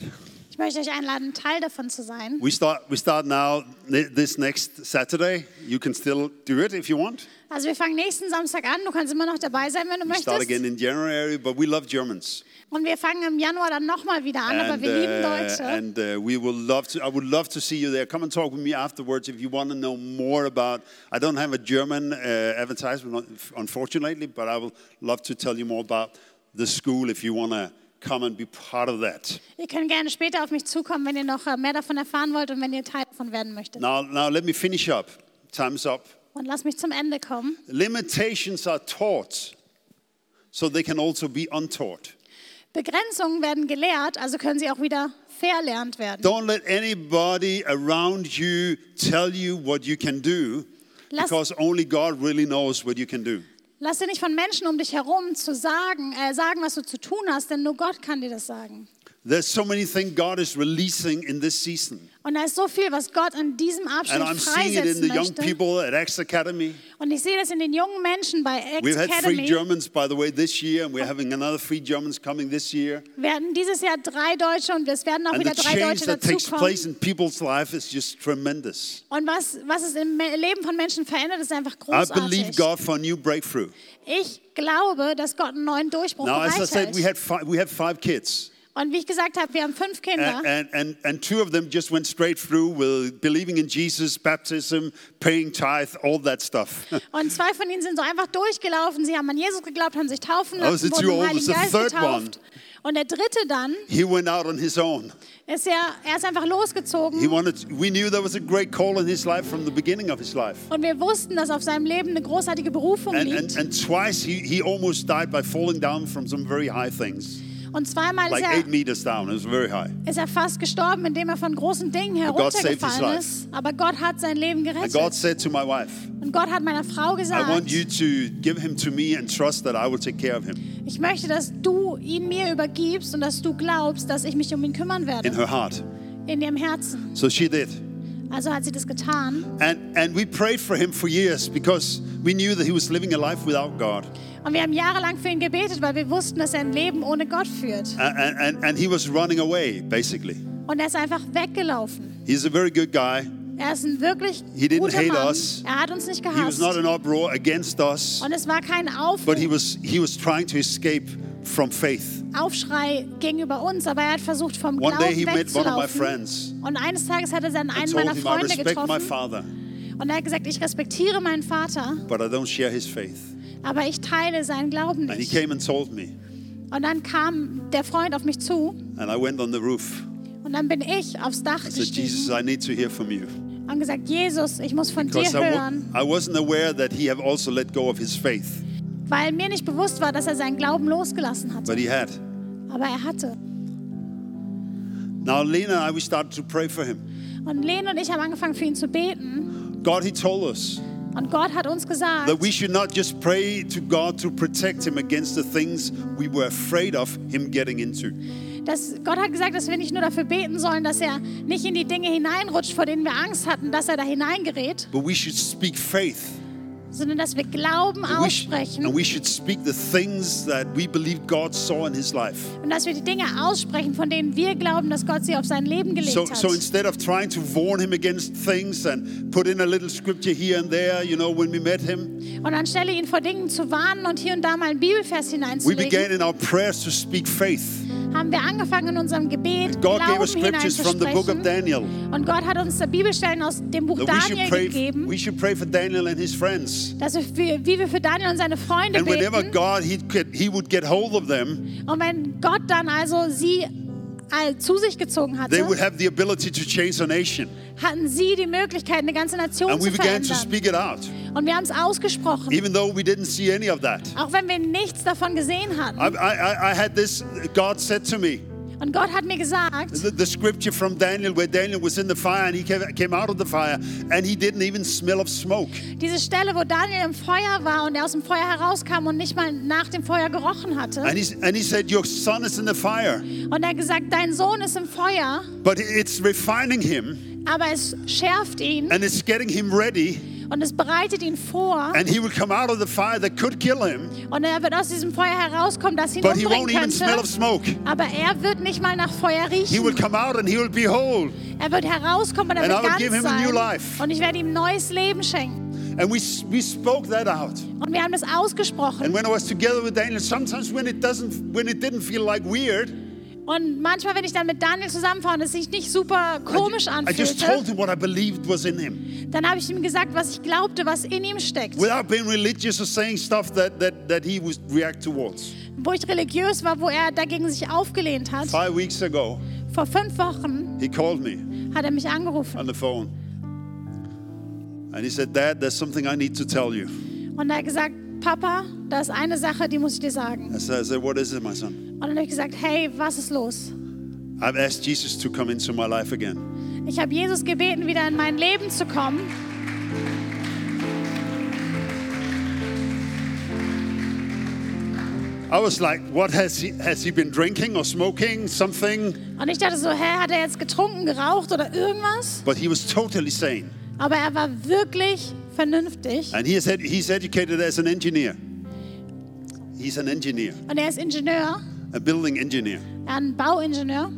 [SPEAKER 4] Ich möchte euch einladen, Teil davon zu sein.
[SPEAKER 3] We start, we start now ne- this next Saturday. You can still do it if you want.
[SPEAKER 4] Also wir fangen nächsten Samstag an. Du kannst immer noch dabei sein, wenn du
[SPEAKER 3] We start again
[SPEAKER 4] möchtest.
[SPEAKER 3] in January, but we love Germans.
[SPEAKER 4] Und wir fangen im Januar dann nochmal wieder an, aber
[SPEAKER 3] And,
[SPEAKER 4] wir lieben
[SPEAKER 3] uh,
[SPEAKER 4] Deutsche.
[SPEAKER 3] and uh, we will love to. I would love to see you there. Come and talk with me afterwards if you want to know more about. I don't have a German uh, advertisement, un- unfortunately, but I will love to tell you more about the school if you want to come and be part of that.
[SPEAKER 4] Ihr könnt gerne später auf mich zukommen, wenn ihr noch äh, mehr davon erfahren wollt und wenn ihr Teil davon werden möchtet.
[SPEAKER 3] Now, now let me finish up. Time's up.
[SPEAKER 4] Und lass mich zum Ende kommen.
[SPEAKER 3] Limitations are taught, so they can also be untaught.
[SPEAKER 4] Begrenzungen werden gelehrt, also können sie auch wieder verlernt werden.
[SPEAKER 3] Don't let anybody around you tell you what you can do,
[SPEAKER 4] Lass-
[SPEAKER 3] because only God really knows what you can do.
[SPEAKER 4] Lass dir nicht von Menschen um dich herum zu sagen, äh, sagen, was du zu tun hast, denn nur Gott kann dir das sagen.
[SPEAKER 3] There's so many things God is releasing in this season.
[SPEAKER 4] Und da ist so viel, was Gott in diesem Abschnitt
[SPEAKER 3] And I'm seeing it in
[SPEAKER 4] freisetzen
[SPEAKER 3] the young
[SPEAKER 4] möchte.
[SPEAKER 3] people at X Academy.
[SPEAKER 4] Und ich sehe das in den jungen Menschen bei
[SPEAKER 3] We've
[SPEAKER 4] X
[SPEAKER 3] had three
[SPEAKER 4] Academy. Oh.
[SPEAKER 3] Germans, by the way, this year, and we're having another three Germans coming this year.
[SPEAKER 4] Wir hatten dieses Jahr drei Deutsche und es werden auch
[SPEAKER 3] And the
[SPEAKER 4] wieder drei
[SPEAKER 3] change
[SPEAKER 4] Deutsche
[SPEAKER 3] that takes place
[SPEAKER 4] dazukommen.
[SPEAKER 3] in people's life is just tremendous.
[SPEAKER 4] Und was, was es im Me- Leben von Menschen verändert, ist einfach
[SPEAKER 3] I
[SPEAKER 4] großartig.
[SPEAKER 3] believe God for a new breakthrough.
[SPEAKER 4] Ich glaube, dass Gott einen neuen Durchbruch
[SPEAKER 3] Now, as I said, we
[SPEAKER 4] bereithält.
[SPEAKER 3] had five, we had five kids,
[SPEAKER 4] Und wie ich gesagt habe, wir haben fünf Kinder.
[SPEAKER 3] and, and, and, and two of them just went straight through with believing in Jesus, baptism, paying tithe, all that stuff.
[SPEAKER 4] Und zwei von ihnen sind so einfach durchgelaufen. Sie haben an Jesus geglaubt, haben sich taufen
[SPEAKER 3] Oh, is
[SPEAKER 4] lassen,
[SPEAKER 3] it
[SPEAKER 4] wurden
[SPEAKER 3] too
[SPEAKER 4] im
[SPEAKER 3] old?
[SPEAKER 4] Heiligen
[SPEAKER 3] It's the
[SPEAKER 4] Geist
[SPEAKER 3] third
[SPEAKER 4] getauft. Und der dritte dann
[SPEAKER 3] he went out on his own.
[SPEAKER 4] ist ja, er ist einfach
[SPEAKER 3] He
[SPEAKER 4] losgezogen.
[SPEAKER 3] wanted. We knew there was a great call in his life from the beginning of his life.
[SPEAKER 4] Und wir wussten, dass auf seinem Leben eine großartige Berufung
[SPEAKER 3] And,
[SPEAKER 4] liegt.
[SPEAKER 3] and, and twice he, he almost died by falling down from some very high things,
[SPEAKER 4] und zweimal ist
[SPEAKER 3] like eight
[SPEAKER 4] er,
[SPEAKER 3] meters down. It was very high.
[SPEAKER 4] ist er fast gestorben, indem er von großen Dingen
[SPEAKER 3] God saved his
[SPEAKER 4] heruntergefallen
[SPEAKER 3] life.
[SPEAKER 4] ist. Aber Gott hat sein Leben
[SPEAKER 3] And
[SPEAKER 4] gerettet.
[SPEAKER 3] God said to my wife,
[SPEAKER 4] und Gott hat meiner Frau
[SPEAKER 3] I want
[SPEAKER 4] gesagt,
[SPEAKER 3] you to give him to me and trust that I will take care of him
[SPEAKER 4] ich möchte, dass du ihn mir übergibst und dass du glaubst, dass ich mich um ihn kümmern
[SPEAKER 3] in
[SPEAKER 4] werde.
[SPEAKER 3] her heart.
[SPEAKER 4] In ihrem Herzen.
[SPEAKER 3] So she did.
[SPEAKER 4] Also hat sie das getan.
[SPEAKER 3] And, and we prayed for him for years because we knew that he was living a life without God.
[SPEAKER 4] Und wir haben jahrelang für ihn gebetet, weil wir wussten, dass er ein Leben ohne Gott führt.
[SPEAKER 3] And, and, and, and he was running away, basically.
[SPEAKER 4] Und er ist einfach weggelaufen.
[SPEAKER 3] He's a very good guy.
[SPEAKER 4] Er ist ein wirklich
[SPEAKER 3] He didn't
[SPEAKER 4] guter
[SPEAKER 3] hate
[SPEAKER 4] Mann.
[SPEAKER 3] us.
[SPEAKER 4] Er hat uns nicht
[SPEAKER 3] He was
[SPEAKER 4] gehasst.
[SPEAKER 3] not an uproar against us,
[SPEAKER 4] Und es war kein Auf
[SPEAKER 3] but he was, he was trying to escape from faith.
[SPEAKER 4] Aufschrei gegenüber uns, aber er hat versucht, vom
[SPEAKER 3] One day
[SPEAKER 4] Glauben
[SPEAKER 3] he met one of my
[SPEAKER 4] wegzulaufen.
[SPEAKER 3] friends
[SPEAKER 4] Und eines Tages hat er seinen
[SPEAKER 3] and
[SPEAKER 4] einen
[SPEAKER 3] told
[SPEAKER 4] meiner
[SPEAKER 3] him, I
[SPEAKER 4] Freunde
[SPEAKER 3] respect my
[SPEAKER 4] getroffen
[SPEAKER 3] father,
[SPEAKER 4] und er hat gesagt, ich respektiere meinen Vater,
[SPEAKER 3] but I don't share his faith.
[SPEAKER 4] aber ich teile seinen Glauben
[SPEAKER 3] And he
[SPEAKER 4] nicht.
[SPEAKER 3] came and told me,
[SPEAKER 4] Und dann kam der Freund auf mich zu
[SPEAKER 3] and I went on the roof.
[SPEAKER 4] und dann bin ich aufs Dach
[SPEAKER 3] I said,
[SPEAKER 4] gestiegen
[SPEAKER 3] Jesus, I need to hear from you.
[SPEAKER 4] und gesagt, Jesus, ich muss von dir
[SPEAKER 3] Because I, wa-
[SPEAKER 4] hören.
[SPEAKER 3] I wasn't aware that he had also let go of his faith,
[SPEAKER 4] weil mir nicht bewusst war, dass er seinen Glauben losgelassen hatte.
[SPEAKER 3] but he had.
[SPEAKER 4] Aber er hatte.
[SPEAKER 3] Now, Lena and I, we started to pray for him.
[SPEAKER 4] Und Len und ich haben angefangen für ihn zu beten.
[SPEAKER 3] God, he told us
[SPEAKER 4] Und Gott hat uns gesagt,
[SPEAKER 3] that we should not just pray to God to protect him against the things we were afraid of him getting into.
[SPEAKER 4] dass Gott hat gesagt, dass wir nicht nur dafür beten sollen, dass er nicht in die Dinge hineinrutscht, vor denen wir Angst hatten, dass er da hineingerät,
[SPEAKER 3] But we should speak faith
[SPEAKER 4] sondern dass wir Glauben
[SPEAKER 3] And we, sh-
[SPEAKER 4] aussprechen
[SPEAKER 3] and we should speak the things that we believe God saw in his life.
[SPEAKER 4] und dass wir die Dinge aussprechen, von denen wir glauben, dass Gott sie auf sein Leben gelegt
[SPEAKER 3] So,
[SPEAKER 4] hat.
[SPEAKER 3] so instead of trying to warn him against things and put in a little scripture here and there, you know, when we met him,
[SPEAKER 4] und anstelle ihn vor Dingen zu warnen und hier und da mal einen Bibelvers
[SPEAKER 3] we began
[SPEAKER 4] hineinzulegen,
[SPEAKER 3] in our prayers to speak faith.
[SPEAKER 4] haben wir angefangen in unserem Gebet
[SPEAKER 3] God gave
[SPEAKER 4] Glauben
[SPEAKER 3] us scriptures from the book of
[SPEAKER 4] hineinzusprechen.
[SPEAKER 3] Daniel
[SPEAKER 4] Und Gott hat uns Bibelstellen aus dem Buch
[SPEAKER 3] that we should
[SPEAKER 4] Oh, Daniel
[SPEAKER 3] pray. We
[SPEAKER 4] gegeben,
[SPEAKER 3] should pray for Daniel and his friends.
[SPEAKER 4] dass wir für, wie wir für Daniel und seine Freunde
[SPEAKER 3] And whenever
[SPEAKER 4] beten.
[SPEAKER 3] God he could, he would get hold of them,
[SPEAKER 4] Und wenn Gott dann also sie all zu sich gezogen
[SPEAKER 3] they
[SPEAKER 4] hatte,
[SPEAKER 3] would have the ability to change a nation.
[SPEAKER 4] hatten sie die Möglichkeit, eine ganze Nation
[SPEAKER 3] And we
[SPEAKER 4] zu
[SPEAKER 3] began to
[SPEAKER 4] verändern.
[SPEAKER 3] speak it out,
[SPEAKER 4] Und wir haben es ausgesprochen,
[SPEAKER 3] even though we didn't see any of that.
[SPEAKER 4] auch wenn wir nichts davon gesehen hatten.
[SPEAKER 3] I, I, I- I had this. God said to me
[SPEAKER 4] Und Gott hat mir gesagt,
[SPEAKER 3] the, the scripture from Daniel, where Daniel was in the fire and he came, came out of the fire, and he didn't even smell of smoke.
[SPEAKER 4] diese Stelle, wo Daniel im Feuer war und er aus dem Feuer herauskam und nicht mal nach dem Feuer gerochen hatte.
[SPEAKER 3] And he, s- and he said, "Your son is in the fire,
[SPEAKER 4] Und er hat gesagt, dein Sohn ist im Feuer,
[SPEAKER 3] but it's refining him,
[SPEAKER 4] aber es schärft ihn
[SPEAKER 3] and it's getting him ready."
[SPEAKER 4] und es bereitet ihn vor.
[SPEAKER 3] and he will come out of the fire that could kill him,
[SPEAKER 4] Und er wird aus diesem Feuer herauskommen, das ihn
[SPEAKER 3] but he
[SPEAKER 4] umbringen
[SPEAKER 3] won't even smell of
[SPEAKER 4] könnte.
[SPEAKER 3] smoke.
[SPEAKER 4] Aber er wird nicht mal nach Feuer
[SPEAKER 3] He
[SPEAKER 4] riechen.
[SPEAKER 3] will come out and he will be whole.
[SPEAKER 4] Er wird herauskommen und
[SPEAKER 3] And
[SPEAKER 4] er
[SPEAKER 3] I will
[SPEAKER 4] wird
[SPEAKER 3] give
[SPEAKER 4] ganz
[SPEAKER 3] him a new
[SPEAKER 4] sein.
[SPEAKER 3] life.
[SPEAKER 4] Und ich werde ihm neues Leben schenken.
[SPEAKER 3] And we, s- we spoke that out.
[SPEAKER 4] Und wir haben das
[SPEAKER 3] And
[SPEAKER 4] ausgesprochen.
[SPEAKER 3] when I was together with Daniel, sometimes when it doesn't, when it didn't feel like weird, I
[SPEAKER 4] Und manchmal, wenn ich dann mit Daniel zusammenfahre und es sich nicht super
[SPEAKER 3] ju-
[SPEAKER 4] komisch
[SPEAKER 3] I just told
[SPEAKER 4] anfühlte,
[SPEAKER 3] him what I believed was in him,
[SPEAKER 4] dann habe ich ihm gesagt, was ich glaubte, was in ihm steckt.
[SPEAKER 3] without being religious or saying stuff that that, that he would react towards.
[SPEAKER 4] Wo ich religiös war, wo er dagegen sich aufgelehnt hat.
[SPEAKER 3] Five weeks ago,
[SPEAKER 4] Vor fünf Wochen
[SPEAKER 3] he called me
[SPEAKER 4] hat er mich angerufen
[SPEAKER 3] on the phone, and he said, "Dad, there's something I need to tell you."
[SPEAKER 4] und er hat gesagt, Papa, da ist eine Sache, die muss ich dir sagen.
[SPEAKER 3] I said, I said "What is it, my son?"
[SPEAKER 4] Und dann habe ich gesagt, hey, was ist los?
[SPEAKER 3] I've asked Jesus to come into my life again.
[SPEAKER 4] Ich habe Jesus gebeten, wieder in mein Leben zu kommen.
[SPEAKER 3] I was like, what has he has he been drinking or smoking something?
[SPEAKER 4] Und ich dachte so, hä, hat er jetzt getrunken, geraucht oder irgendwas?
[SPEAKER 3] But he was totally sane.
[SPEAKER 4] Aber er war wirklich vernünftig.
[SPEAKER 3] And he is ed- he's educated as an engineer. He's an engineer,
[SPEAKER 4] Und er ist Ingenieur,
[SPEAKER 3] a building engineer.
[SPEAKER 4] er ein Bauingenieur.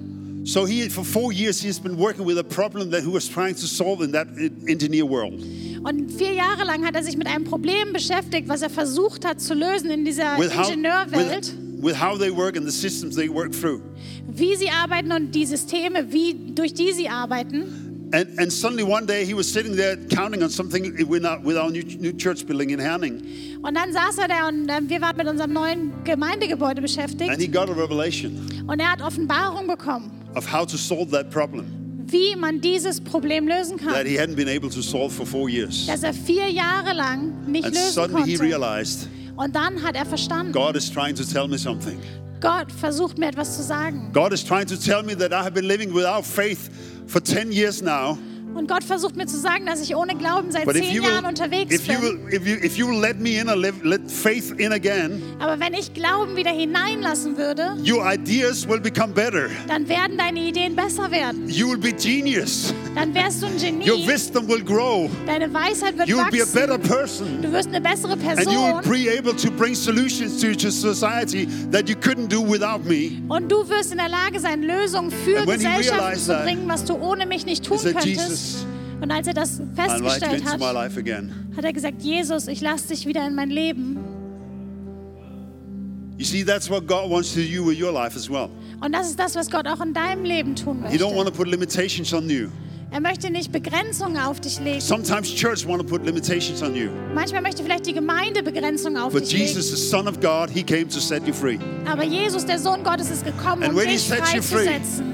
[SPEAKER 3] So he for four years he has been working with a problem that he was trying to solve in that en- engineer world.
[SPEAKER 4] Und vier Jahre lang hat er sich mit einem Problem beschäftigt, was er versucht hat zu lösen in dieser Ingenieurwelt.
[SPEAKER 3] with, with how they work and the systems they work through.
[SPEAKER 4] Wie sie arbeiten und die Systeme, wie, durch die sie arbeiten.
[SPEAKER 3] And, and suddenly one day he was sitting there counting on something with our, with our new, new church building in Herning.
[SPEAKER 4] Und dann saß er da und ähm, wir waren mit unserem neuen
[SPEAKER 3] And
[SPEAKER 4] Gemeindegebäude
[SPEAKER 3] he
[SPEAKER 4] beschäftigt.
[SPEAKER 3] got a revelation
[SPEAKER 4] Und er hat Offenbarung bekommen,
[SPEAKER 3] of how to solve that problem.
[SPEAKER 4] wie man dieses Problem lösen
[SPEAKER 3] that
[SPEAKER 4] kann.
[SPEAKER 3] he hadn't been able to solve for four years.
[SPEAKER 4] Dass er vier Jahre lang nicht
[SPEAKER 3] And
[SPEAKER 4] lösen
[SPEAKER 3] suddenly he
[SPEAKER 4] konnte.
[SPEAKER 3] realized
[SPEAKER 4] Und dann hat er verstanden,
[SPEAKER 3] God is trying to tell me something.
[SPEAKER 4] Gott versucht mir etwas zu sagen.
[SPEAKER 3] God is trying to tell me that I have been living without faith for 10 years now.
[SPEAKER 4] Und Gott versucht mir zu sagen, dass ich ohne Glauben seit
[SPEAKER 3] But if
[SPEAKER 4] zehn
[SPEAKER 3] you
[SPEAKER 4] Jahren
[SPEAKER 3] will,
[SPEAKER 4] unterwegs
[SPEAKER 3] if you
[SPEAKER 4] bin.
[SPEAKER 3] will, if you, if you will let me in and live, let faith in again,
[SPEAKER 4] Aber wenn ich Glauben wieder hineinlassen würde,
[SPEAKER 3] your ideas will become better.
[SPEAKER 4] dann werden deine Ideen besser werden.
[SPEAKER 3] You will be genius.
[SPEAKER 4] Dann wärst du ein
[SPEAKER 3] Your
[SPEAKER 4] Genie.
[SPEAKER 3] wisdom will grow.
[SPEAKER 4] Deine Weisheit wird
[SPEAKER 3] You will be a better
[SPEAKER 4] wachsen.
[SPEAKER 3] person.
[SPEAKER 4] Du wirst eine bessere
[SPEAKER 3] And you will
[SPEAKER 4] Person.
[SPEAKER 3] be able to bring solutions to your society that you couldn't do without me.
[SPEAKER 4] Und du wirst in der Lage sein, Lösungen für
[SPEAKER 3] And when he
[SPEAKER 4] Gesellschaften
[SPEAKER 3] realized
[SPEAKER 4] zu
[SPEAKER 3] that,
[SPEAKER 4] bringen, was du ohne mich nicht tun
[SPEAKER 3] He said,
[SPEAKER 4] könntest.
[SPEAKER 3] Jesus,
[SPEAKER 4] Und als er das
[SPEAKER 3] I invite you
[SPEAKER 4] festgestellt
[SPEAKER 3] into my
[SPEAKER 4] hat,
[SPEAKER 3] life again.
[SPEAKER 4] hat er gesagt, Jesus, ich lasse dich wieder in mein Leben.
[SPEAKER 3] You see, that's what God wants to do with your life as well.
[SPEAKER 4] Und das ist das, was Gott auch in deinem Leben tun
[SPEAKER 3] He don't
[SPEAKER 4] möchte.
[SPEAKER 3] want to put limitations on you.
[SPEAKER 4] Er möchte nicht Begrenzungen auf dich legen.
[SPEAKER 3] Sometimes church want to put limitations on you.
[SPEAKER 4] Manchmal möchte vielleicht die Gemeinde Begrenzungen auf
[SPEAKER 3] But
[SPEAKER 4] dich
[SPEAKER 3] Jesus, the Son of God, He came to set you free.
[SPEAKER 4] legen. Aber Jesus, der Sohn Gottes, ist gekommen,
[SPEAKER 3] And
[SPEAKER 4] um
[SPEAKER 3] when he
[SPEAKER 4] dich
[SPEAKER 3] sets you free-
[SPEAKER 4] freizusetzen.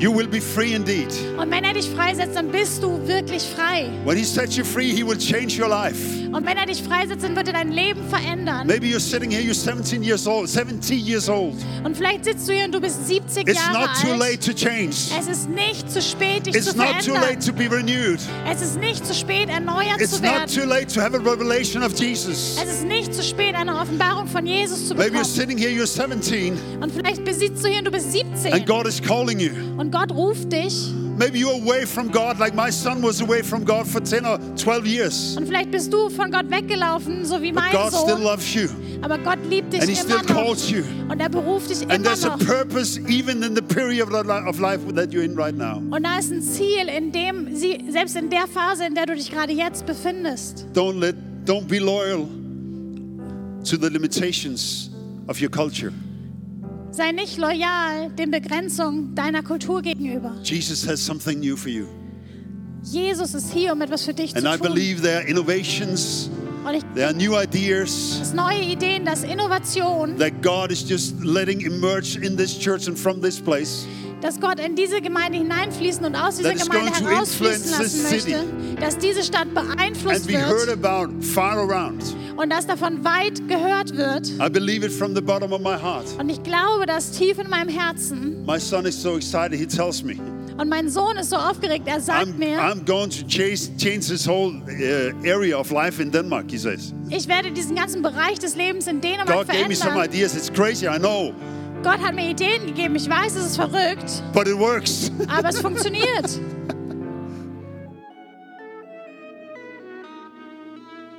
[SPEAKER 3] You will be free indeed.
[SPEAKER 4] Und wenn er dich freisetzt, dann bist du wirklich frei.
[SPEAKER 3] When He sets you free, He will change your life.
[SPEAKER 4] Und wenn er dich freisetzt, dann wird er dein Leben verändern.
[SPEAKER 3] Maybe you're sitting here, you're 17 years old, 70 years old.
[SPEAKER 4] Und vielleicht sitzt du hier und du bist 70
[SPEAKER 3] It's
[SPEAKER 4] Jahre
[SPEAKER 3] not too
[SPEAKER 4] alt.
[SPEAKER 3] late to change.
[SPEAKER 4] Es ist nicht zu spät, dich zu
[SPEAKER 3] It's not too late
[SPEAKER 4] verändern.
[SPEAKER 3] to be renewed.
[SPEAKER 4] Es ist nicht zu spät, erneuert
[SPEAKER 3] It's
[SPEAKER 4] zu
[SPEAKER 3] not too
[SPEAKER 4] werden.
[SPEAKER 3] late to have a revelation of Jesus.
[SPEAKER 4] Es ist nicht zu spät, eine Offenbarung von Jesus zu
[SPEAKER 3] Maybe you're
[SPEAKER 4] bekommen.
[SPEAKER 3] sitting here, you're 17,
[SPEAKER 4] Und vielleicht besitzt du hier und du bist
[SPEAKER 3] and
[SPEAKER 4] 17.
[SPEAKER 3] God is calling you.
[SPEAKER 4] Und Gott ruft dich.
[SPEAKER 3] Maybe you're away from God, like my son was away from God for 10 or 12 years.
[SPEAKER 4] Und vielleicht bist du von Gott weggelaufen, so wie
[SPEAKER 3] But
[SPEAKER 4] mein
[SPEAKER 3] God still
[SPEAKER 4] Sohn.
[SPEAKER 3] loves you.
[SPEAKER 4] Aber Gott liebt dich
[SPEAKER 3] And he
[SPEAKER 4] immer
[SPEAKER 3] still
[SPEAKER 4] noch.
[SPEAKER 3] calls you.
[SPEAKER 4] Und er beruft dich
[SPEAKER 3] And
[SPEAKER 4] immer
[SPEAKER 3] there's a
[SPEAKER 4] noch.
[SPEAKER 3] purpose even in the period of li- of life that you're in right now.
[SPEAKER 4] Und da ist ein Ziel, in dem, sie, selbst in der Phase, in der du dich gerade jetzt befindest.
[SPEAKER 3] Don't let don't be loyal to the limitations of your culture.
[SPEAKER 4] Sei nicht loyal den Begrenzungen deiner Kultur gegenüber.
[SPEAKER 3] Jesus has something new for you.
[SPEAKER 4] Jesus ist hier, um etwas für dich
[SPEAKER 3] And I
[SPEAKER 4] zu tun.
[SPEAKER 3] believe there are innovations,
[SPEAKER 4] Und ich
[SPEAKER 3] there are new ideas
[SPEAKER 4] dass neue Ideen, dass Innovation,
[SPEAKER 3] that God is just letting emerge in this church and from this place.
[SPEAKER 4] dass Gott in diese Gemeinde hineinfließen und aus dieser
[SPEAKER 3] That is
[SPEAKER 4] Gemeinde
[SPEAKER 3] going to
[SPEAKER 4] herausfließen
[SPEAKER 3] influence
[SPEAKER 4] lassen
[SPEAKER 3] this
[SPEAKER 4] möchte, dass diese Stadt
[SPEAKER 3] And
[SPEAKER 4] beeinflusst
[SPEAKER 3] we heard
[SPEAKER 4] wird
[SPEAKER 3] about far around.
[SPEAKER 4] und dass davon weit gehört wird.
[SPEAKER 3] I believe it from the bottom of my heart.
[SPEAKER 4] Und ich glaube das tief in meinem Herzen.
[SPEAKER 3] My son is so excited, he tells me.
[SPEAKER 4] Und mein Sohn ist so aufgeregt, er sagt
[SPEAKER 3] I'm,
[SPEAKER 4] mir,
[SPEAKER 3] I'm going to chase, change this whole uh, area of life in Denmark, he says.
[SPEAKER 4] ich werde diesen ganzen Bereich des Lebens in Dänemark
[SPEAKER 3] God gave me some
[SPEAKER 4] verändern.
[SPEAKER 3] ideas. It's crazy, I know,
[SPEAKER 4] Gott hat mir Ideen gegeben, ich weiß, es ist verrückt,
[SPEAKER 3] but it works.
[SPEAKER 4] aber es funktioniert.